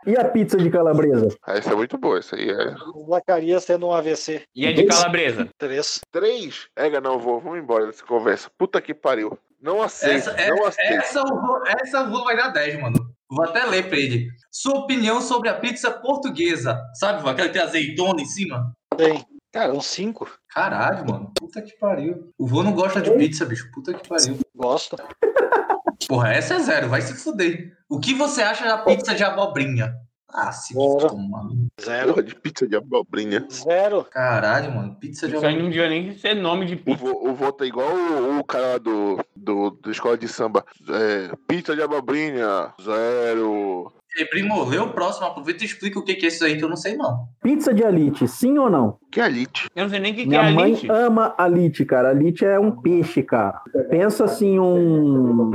E a pizza de calabresa? essa é muito boa, essa aí é. Zacarias tendo um AVC. E a de calabresa? Três. Três? Ega, não, vou, vamos embora dessa conversa. Puta que pariu. Não aceito, essa, é- não aceito. essa, eu vou- essa eu vou vai dar 10, mano. Vou até ler pra ele. Sua opinião sobre a pizza portuguesa. Sabe, vô, aquela que tem azeitona em cima? Bem. Cara, um cinco. Caralho, mano. Puta que pariu. O vô não gosta de pizza, bicho. Puta que pariu. Gosto. Porra, essa é zero, vai se fuder. O que você acha da pizza de abobrinha? Ah, se Zero. toma. Zero. Porra de pizza de abobrinha. Zero. Caralho, mano, pizza de Isso aí abobrinha. não devia nem ser nome de O pizza. vo- o voto é igual o, o cara lá do, do, do escola de samba. É, pizza de abobrinha, zero. E, primo, lê o próximo, aproveita e explica o que que é isso aí que eu não sei não. Pizza de alite, sim ou não? Que alite. Eu não sei nem o que, que é Minha a mãe gente. ama alite, cara. Alite é um peixe, cara. Pensa assim, um.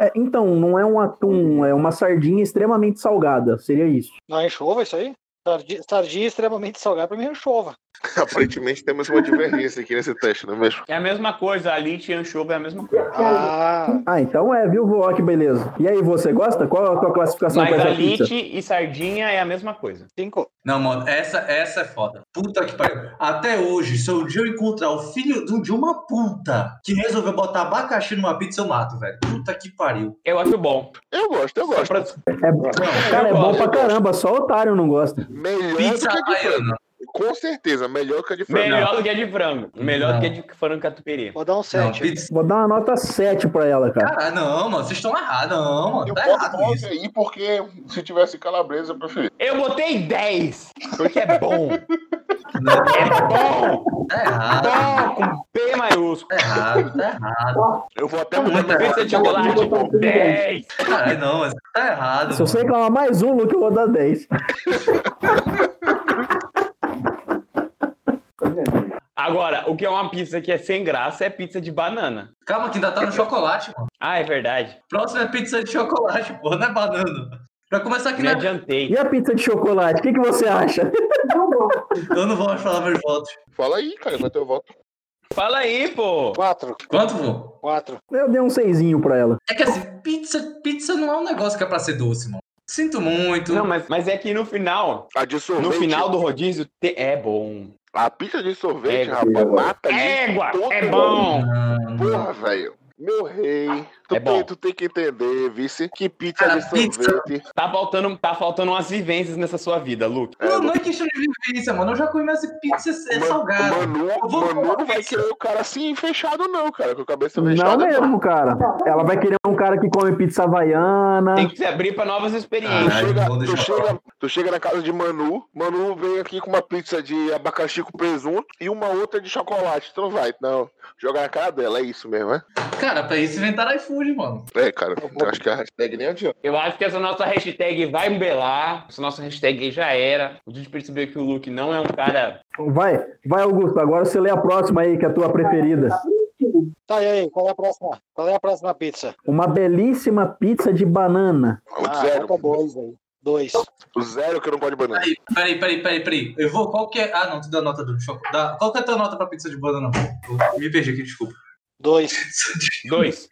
É, então, não é um atum, é uma sardinha extremamente salgada. Seria isso. Não é enxova isso aí? Sardinha, sardinha extremamente salgada pra mim é enxova. Aparentemente temos uma divergência aqui nesse teste, não é mesmo? É a mesma coisa, a linte e anchova é a mesma coisa. Ah, Ah, então é, viu, vó? Que beleza. E aí, você gosta? Qual a tua classificação Mas para a essa pizza? linte e sardinha é a mesma coisa. cinco. Não, mano, essa, essa é foda. Puta que pariu. Até hoje, se um dia eu encontrar o filho de um- de uma puta que resolveu botar abacaxi numa pizza, eu mato, velho. Puta que pariu. Eu acho bom. Eu gosto, eu gosto. Pra- Não, Cara, é Eu bom gosto, pra eu caramba, só otário não gosta. Melhor pizza do que a de frango. havaiana. Com certeza, melhor que a de frango. Melhor do que a de frango. Melhor do que a de frango catupiry. Vou dar um Não, sete. pizza... Vou dar uma nota 7 pra ela, cara. Caralho, não, mano, vocês estão errados. Não, mano, Eu tá boto errado 9 isso. aí porque se tivesse calabresa eu preferia. Eu botei 10, porque é bom. É Não, Bom, tá Ah. errado. bom, com P maiúsculo. Tá errado, tá errado. Eu vou até Ah, mudar minha tá. Pizza nota, de eu vou botar um chocolate, muito bom. 10. Caralho, não, mas tá errado. Se você mano. reclamar mais um, Luke, eu vou dar 10. Agora, o que é uma pizza que é sem graça é pizza de banana. Calma, que ainda tá no chocolate, mano. Ah, é verdade. Próximo é pizza de chocolate, porra, não é banana. Pra começar aqui, Me né? adiantei. E a pizza de chocolate? O que, que você acha? eu não vou mais falar meus votos. Fala aí, cara, vai ter o voto. Fala aí, pô. Quatro. Quanto, vô? Quatro. Eu dei um seizinho pra ela. É que assim, pizza, pizza não é um negócio que é pra ser doce, mano. Sinto muito. Não, mas, mas é que no final, A de sorvete. no final do rodízio, te- é bom. A pizza de sorvete, É, rapaz, mata ali. Égua, todo é bom. Não, Porra, velho. Meu rei, tu, É bom. tem, tu tem que entender, vice, que pizza Cara, de pizza. sorvete. Tá faltando, tá faltando umas vivências nessa sua vida, Luke. Não, não é questão de vivência, mano. Eu já comi essa pizza é Man- salgada. Manu, Eu vou Manu comer não vai pizza. querer o cara assim fechado, não, cara, com a cabeça Não fechada. mesmo, cara. Ela vai querer um cara que come pizza havaiana. Tem que se abrir pra novas Tu experiências. Caralho, chega, vou tu, deixar chega, tu chega na casa de Manu, Manu vem aqui com uma pizza de abacaxi com presunto e uma outra de chocolate. Tu não vai, não. Jogar na cara dela, é isso mesmo, né? Cara, pra isso inventaram iFood, mano. É, cara, Tá eu acho que a hashtag nem adianta. Eu acho que essa nossa hashtag vai embelar. Essa nossa hashtag aí já era. A gente percebeu que o Luke não é um cara. Vai, vai, Augusto. Agora você lê a próxima aí, que é a tua preferida. Tá, e aí, qual é a próxima? Qual é a próxima pizza? Uma belíssima pizza de banana. então Ah, zero, tá falta dois aí. Dois. o zero que não pode banana. Peraí, peraí, peraí, peraí, peraí. Eu vou. Qual que é. Ah, não, tu dá nota do choco. Dá... Qual que é a tua nota pra pizza de banana? Eu Me perdi aqui, desculpa. Dois. Dois.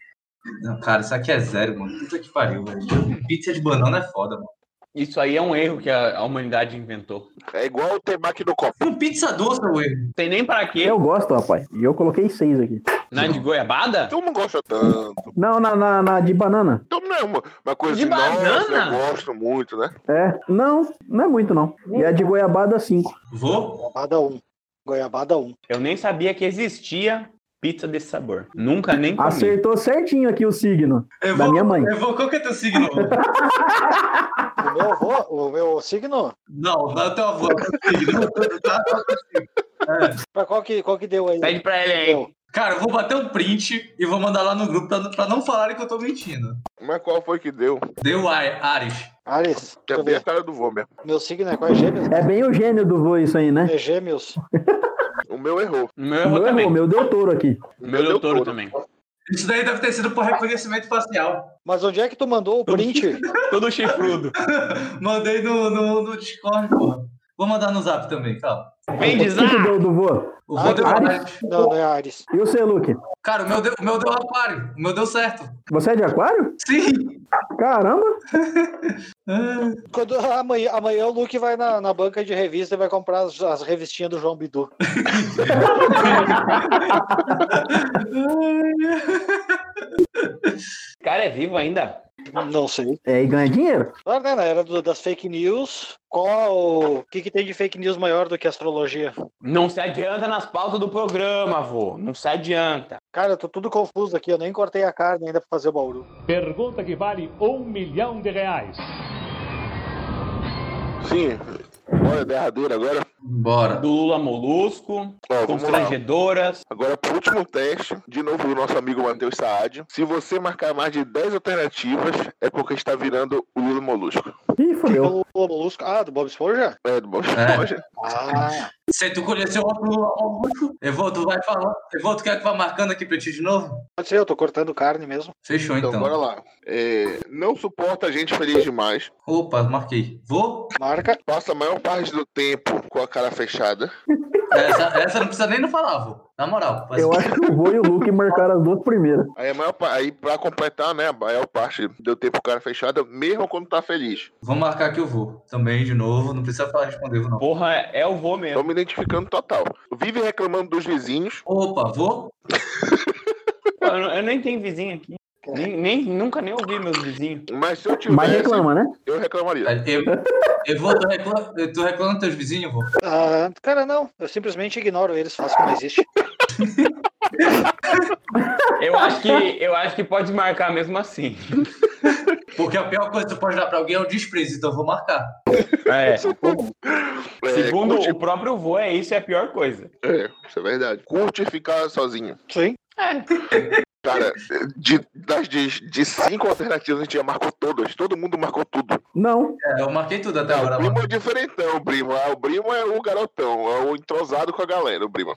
Não, cara, isso aqui é zero, mano. Puta que pariu, velho. Pizza de banana é foda, mano. Isso aí é um erro que a, a humanidade inventou. É igual o temaki do copo. Um pizza doce, ué. Não tem nem pra quê. Eu gosto, rapaz. E eu coloquei seis aqui. Na de goiabada? Tu não gosta tanto. Não, na, na, na de banana. Tu não é uma, uma coisa De assim, nossa, banana? eu gosto muito, né? É. Não, não é muito, não. E a de goiabada, cinco. Vou? Goiabada um. Goiabada um. Eu nem sabia que existia pizza desse sabor. Nunca nem comi. Acertou certinho aqui o signo Eu da vou. minha mãe. Eu vou. Qual que é teu signo? O meu avô, o meu signo? não, não é teu avô, é teu signo. Pra qual que, qual que deu aí? Pede pra ele aí. Meu. Cara, eu vou bater um print e vou mandar lá no grupo pra, pra não falarem que eu tô mentindo. Mas qual foi que deu? Deu Ar- Ares. Ares. Deixa Tá Já eu vi a ver. cara do vô mesmo. Meu signo é qual? É gêmeos? É bem o gênio do vô isso aí, né? É gêmeos. O meu errou. O meu O errou meu também. errou, o meu deu touro aqui. O meu deu touro também. Isso daí deve ter sido por reconhecimento facial. Mas onde é que tu mandou o print? Todo chifrudo. Mandei no, no, no Discord, porra. Vou mandar no zap também, calma. Vem de O que, que zap. deu do vô? O Ah, vô deu Ares. Ares. Não, não é Ares. E o seu, Luke? Cara, o meu, deu, o meu deu aquário. O meu deu certo. Você é de aquário? Sim. Caramba! Ah, Quando, amanhã, amanhã o Luke vai na, na banca de revista e vai comprar as, as revistinhas do João Bidu. O cara é vivo ainda. Não sei. É, e ganha dinheiro? Claro, né? Na era do- das fake news, qual. O que, que tem de fake news maior do que astrologia? Não se adianta nas pautas do programa, vô. Não se adianta. Cara, eu tô tudo confuso aqui, eu nem cortei a carne ainda pra fazer o bauru. Pergunta que vale um milhão de reais. Sim. Olha, derradeira agora. Bora. Do Lula Molusco, Ó, vamos lá. constrangedoras. Agora, pro último teste, de novo o nosso amigo Matheus Saad. Se você marcar mais de 10 alternativas, é porque está virando o Lula Molusco. Ih, fodeu. O o Molusco. Ah, do Bob Esponja? É, do Bob É. Esponja. Ah, Se tu conheceu o outro Augusto, Evaldo, vai falar. Evaldo, quer que vá marcando aqui pra ti de novo? pode ser, eu tô cortando carne mesmo. Fechou, Então, então. bora lá. É, não suporta a gente feliz demais. Opa, marquei. Vou? Marca. Passa a maior parte do tempo com a cara fechada. Essa, essa não precisa nem não falar, vô. Na moral. Mas... Eu acho que o vô e o Luke marcaram as duas primeiras. Aí, a maior, pa- aí pra completar, né, a maior parte do tempo com a cara fechada, mesmo quando tá feliz. Vou marcar que eu vou. Também, de novo. Não precisa falar responder, vô, não. Porra, é o vô Estão mesmo. me identificando total. Vive reclamando dos vizinhos. Opa, vou? Pô, Eu, não- eu nem tenho vizinho aqui. Nem, nem- nunca nem ouvi meus vizinhos. Mas se eu Mas tivesse, reclama, né? eu reclamaria. Eu, eu vou, tu reclama, tu reclama dos teus vizinhos, vô? Ah, cara, não. Eu simplesmente ignoro eles, faço que não existe. Eu acho que, eu acho que pode marcar mesmo assim. Porque a pior coisa que tu pode dar pra alguém é o desprezo, então eu vou marcar. É. É, Segundo curte- o próprio vô, é isso é a pior coisa. É, isso é verdade. Curte ficar sozinho. Sim. Cara, de, das, de, de cinco alternativas a gente já marcou todas. Todo mundo marcou tudo. Não. É, eu marquei tudo até Ah, o agora, mano. primo é diferentão, o primo. Ah, o primo é o garotão, é o entrosado com a galera, o primo.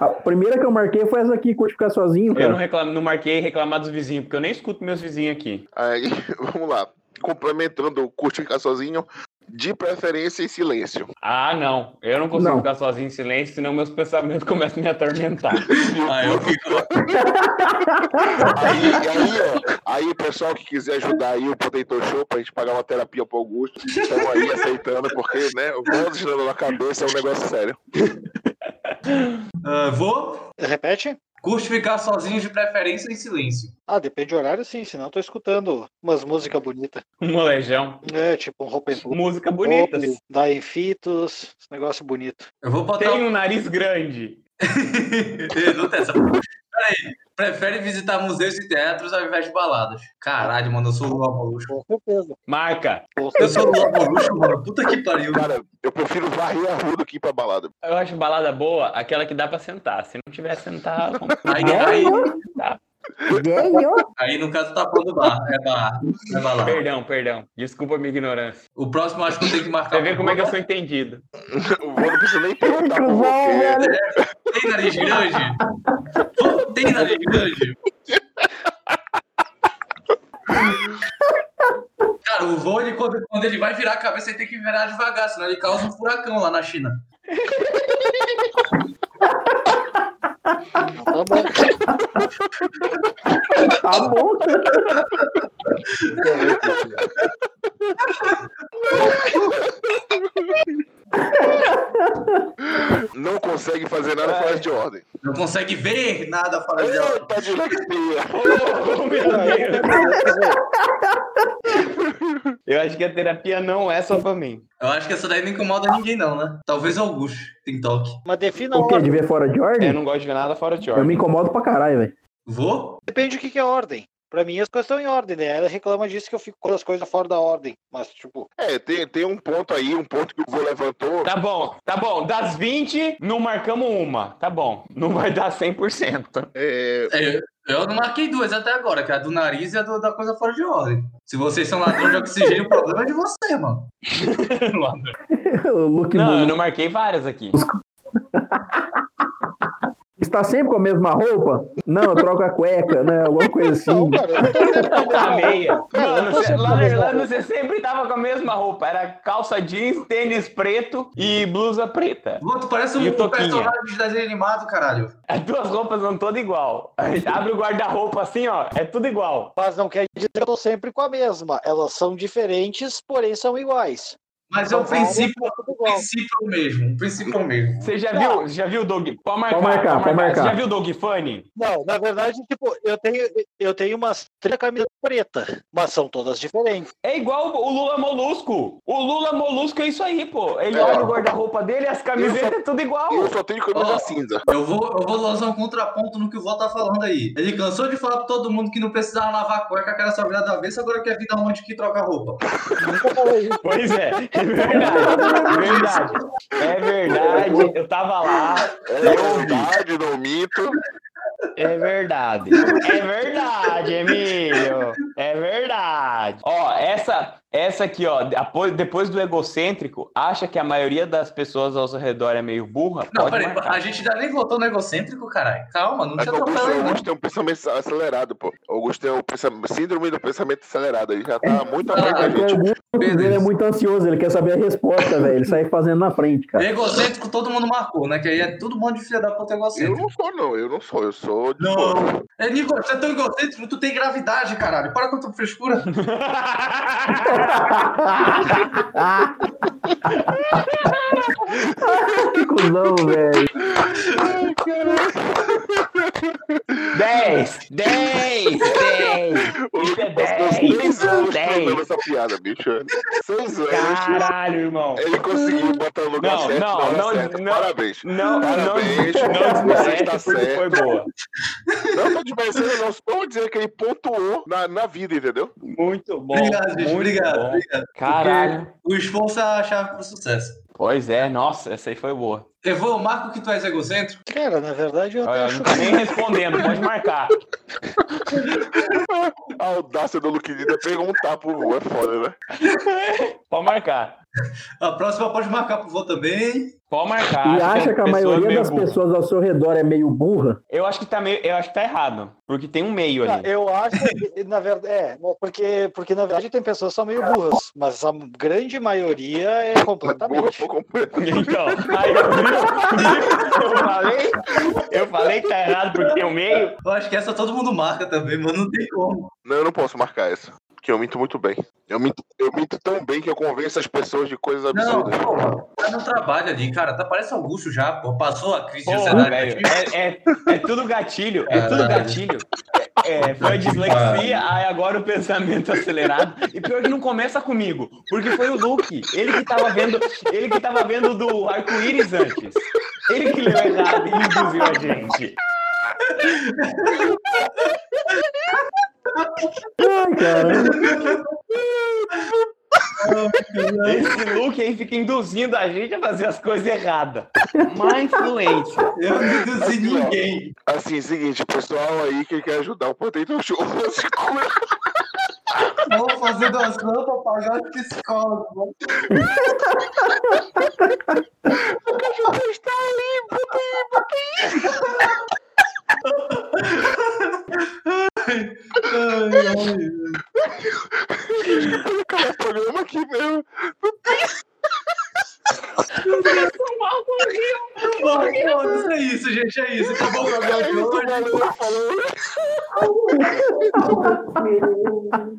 A primeira que eu marquei foi essa aqui, curte ficar sozinho, Eu não, cara. reclamo, não marquei reclamar dos vizinhos, porque eu nem escuto meus vizinhos aqui. Aí, vamos lá. Complementando o curte ficar sozinho, de preferência em silêncio. Ah, não. Eu não consigo Não. ficar sozinho em silêncio, senão meus pensamentos começam a me atormentar. Ah, eu fico. Aí, aí, ó, aí, pessoal que quiser ajudar aí o Potato Show pra gente pagar uma terapia pro Augusto, estamos aí aceitando, porque, né, vamos girando na cabeça, é um negócio sério. Ah, vou? Repete? Curte ficar sozinho de preferência em silêncio. Ah, depende do horário, sim, senão eu tô escutando umas músicas bonitas. Um molejão. É, tipo um Roupentudo. Música bonita. Da Infitos, esse negócio bonito. Eu vou botar Tem um nariz grande. Ei, não tem essa. Peraí. Prefere visitar museus e teatros ao invés de baladas. Caralho, mano, eu sou o Lua Molusco. Com certeza. Marca. Com Eu certeza. sou o Lua Molusco, mano. Puta que pariu. Cara, eu prefiro varrer a rua do que ir pra balada. Eu acho balada boa aquela que dá pra sentar. Se não tiver sentar, Aí, aí, aí, no caso, tá falando bar. É bar. É balada. Perdão, perdão. Desculpa a minha ignorância. O próximo acho que eu tenho que marcar. um Pra ver como é que eu sou entendido. O vô não precisa nem perguntar pra Cuzão, você. velho. Tem nariz grande? Pô, Tem nariz grande? Cara, o voo, ele, quando, quando ele vai virar a cabeça, ele tem que virar devagar, senão ele causa um furacão lá na China. Tá bom. Tá bom, cara. Não consegue fazer nada fora de ordem. Não consegue ver nada fora de ela. Eita, dislexia! Oh, meu Deus. Eu acho que a terapia não é só pra mim. Eu acho que essa daí não incomoda ninguém, não, né? Talvez o Augusto tem toque. Mas defina a O quê? ordem. De ver fora de Eu ordem? não gosto de ver nada fora de Eu me ordem. incomodo pra caralho, velho. Vou? Depende do que, que é ordem. Pra mim, as coisas estão em ordem, né? Ela reclama disso que eu fico com as coisas fora da ordem. Mas, tipo, É, tem, tem um ponto aí, um ponto que o vô levantou. Tá bom, tá bom. Das 20, não marcamos uma. Tá bom. Não vai dar 100%. É, É, eu não marquei duas até agora, que é a do nariz e a do- da coisa fora de ordem. Se vocês são ladrões de oxigênio, o problema é de você, mano. O Luke Não, eu Nunes não marquei várias aqui. está sempre com a mesma roupa? Não, eu troco a cueca, né? Alguma coisa não, assim. cara, eu não tô sempre com A a mesma meia. Mano, você- lá, mesma lá você sempre tava com a mesma roupa. Era calça jeans, tênis preto e blusa preta. Vô, tu parece E um o Toquinha? personagem de desenho animado, caralho. As duas roupas são todas igual. A gente abre o guarda-roupa assim, ó. É tudo igual. Mas não quer dizer que eu tô sempre com a mesma. Elas são diferentes, porém são iguais. Mas é São o princípio, várias, tudo o igual. princípio é o mesmo. O princípio é o mesmo. Você já viu, já viu o Dog? Pode marcar, Pode marcar, pode Você marcar. já viu o Dog Funny? Não, na verdade, tipo, eu tenho, eu tenho umas 30 camisas preta, mas são todas diferentes. É igual o Lula Molusco. O Lula Molusco é isso aí, pô. Ele É. olha o guarda-roupa dele e as Eu camisetas é tudo igual. eu só tenho camisa Ó. cinza. Eu vou, eu vou lançar um contraponto no que o Vó tá falando aí. Ele cansou de falar pra todo mundo que não precisava lavar a cueca, que era só virar da vez, agora quer vir um da onde que troca a roupa. Pois é, é verdade. É verdade. É verdade. Eu tava lá. É verdade, não minto. É verdade. É verdade, Emílio. É verdade. Ó, essa, essa aqui, ó, apo- depois do egocêntrico, acha que a maioria das pessoas ao seu redor é meio burra? Não, Pode peraí, marcar. a gente ainda nem votou no egocêntrico, caralho. Calma, não Mas te o Augusto, atropela, o não. Augusto tem um pensamento acelerado, pô. O Augusto tem o pensam- síndrome do pensamento acelerado. Ele já tá muito à frente da É que gente. o Augusto, ele é muito ansioso, ele quer saber a resposta, velho. Ele sai fazendo na frente, cara. Egocêntrico todo mundo marcou, né? Que aí é todo mundo de filha da puta Eu egocêntrico. não sou, não. Eu não sou. Eu sou de boa. é. Não. É, Nico, você é tão egocêntrico, tu tem gravidade, caralho. Para com a tua frescura. Que cuzão, velho. 10! 10! 10! O Isso Lucas é dez, passou seis anos dez. contando essa piada, bicho. Seis anos. Caralho, irmão. Ele conseguiu botar no lugar Não, certo. não, na não, hora certa. não. Parabéns. Não, não, Parabéns, não você desmerece está porque foi certo. boa. Não tá tô desmerecendo, não. Só vou um dizer que ele pontuou na, na vida, entendeu? Muito bom. obrigado, gente. muito Obrigado, bom. obrigado. Caralho. O esforço é a chave pro sucesso. Pois é, nossa, essa aí foi boa. Eu vou, marco que tu és egocêntrico. Cara, na verdade, eu até Olha, acho não tá nem respondendo, pode marcar. A audácia do Luquinida é perguntar pro Lu. É foda, né? Pode marcar. A próxima pode marcar pro vô também. Pode marcar. E acho acha que a pessoa é maioria meio das burra. pessoas ao seu redor é meio burra? Eu acho que tá meio, eu acho que tá errado, porque tem um meio Ah, ali. Eu acho, que, na verdade, é, né, porque, porque na verdade tem pessoas que são meio burras, mas a grande maioria é Burra, completamente. pô, completo. Então, aí eu, viu? eu falei, eu falei que tá errado porque tem um meio. Eu acho que essa todo mundo marca também, mano. Não tem como. Não, eu não posso marcar essa. porque eu minto muito bem. Eu minto, eu minto tão bem que eu convenço as pessoas de coisas Não, absurdas. pô, tá no trabalho ali, cara. Tá parece Augusto já, pô. Passou a crise de Porra, ansiedade. velho, é, é, é tudo gatilho, é tudo Caralho. gatilho. É, foi a dislexia, aí agora o pensamento acelerado. E pior que não começa comigo, porque foi o Luke. Ele que tava vendo, ele que tava vendo do arco-íris antes. Ele que leu errado e induziu a gente. Ai, cara. Esse Luke aí fica induzindo a gente a fazer as coisas erradas. Má influência. Eu não induzi ninguém. Assim, seguinte, pessoal aí que quer ajudar o Potato Show, se cura. Vou fazer doação pra pagar os psicólogos. Ai, ai. Cara, o programa aqui mesmo. Bom, foda-se, é isso, gente. É isso. Acabou o programa É de isso, hoje. galera. Falou.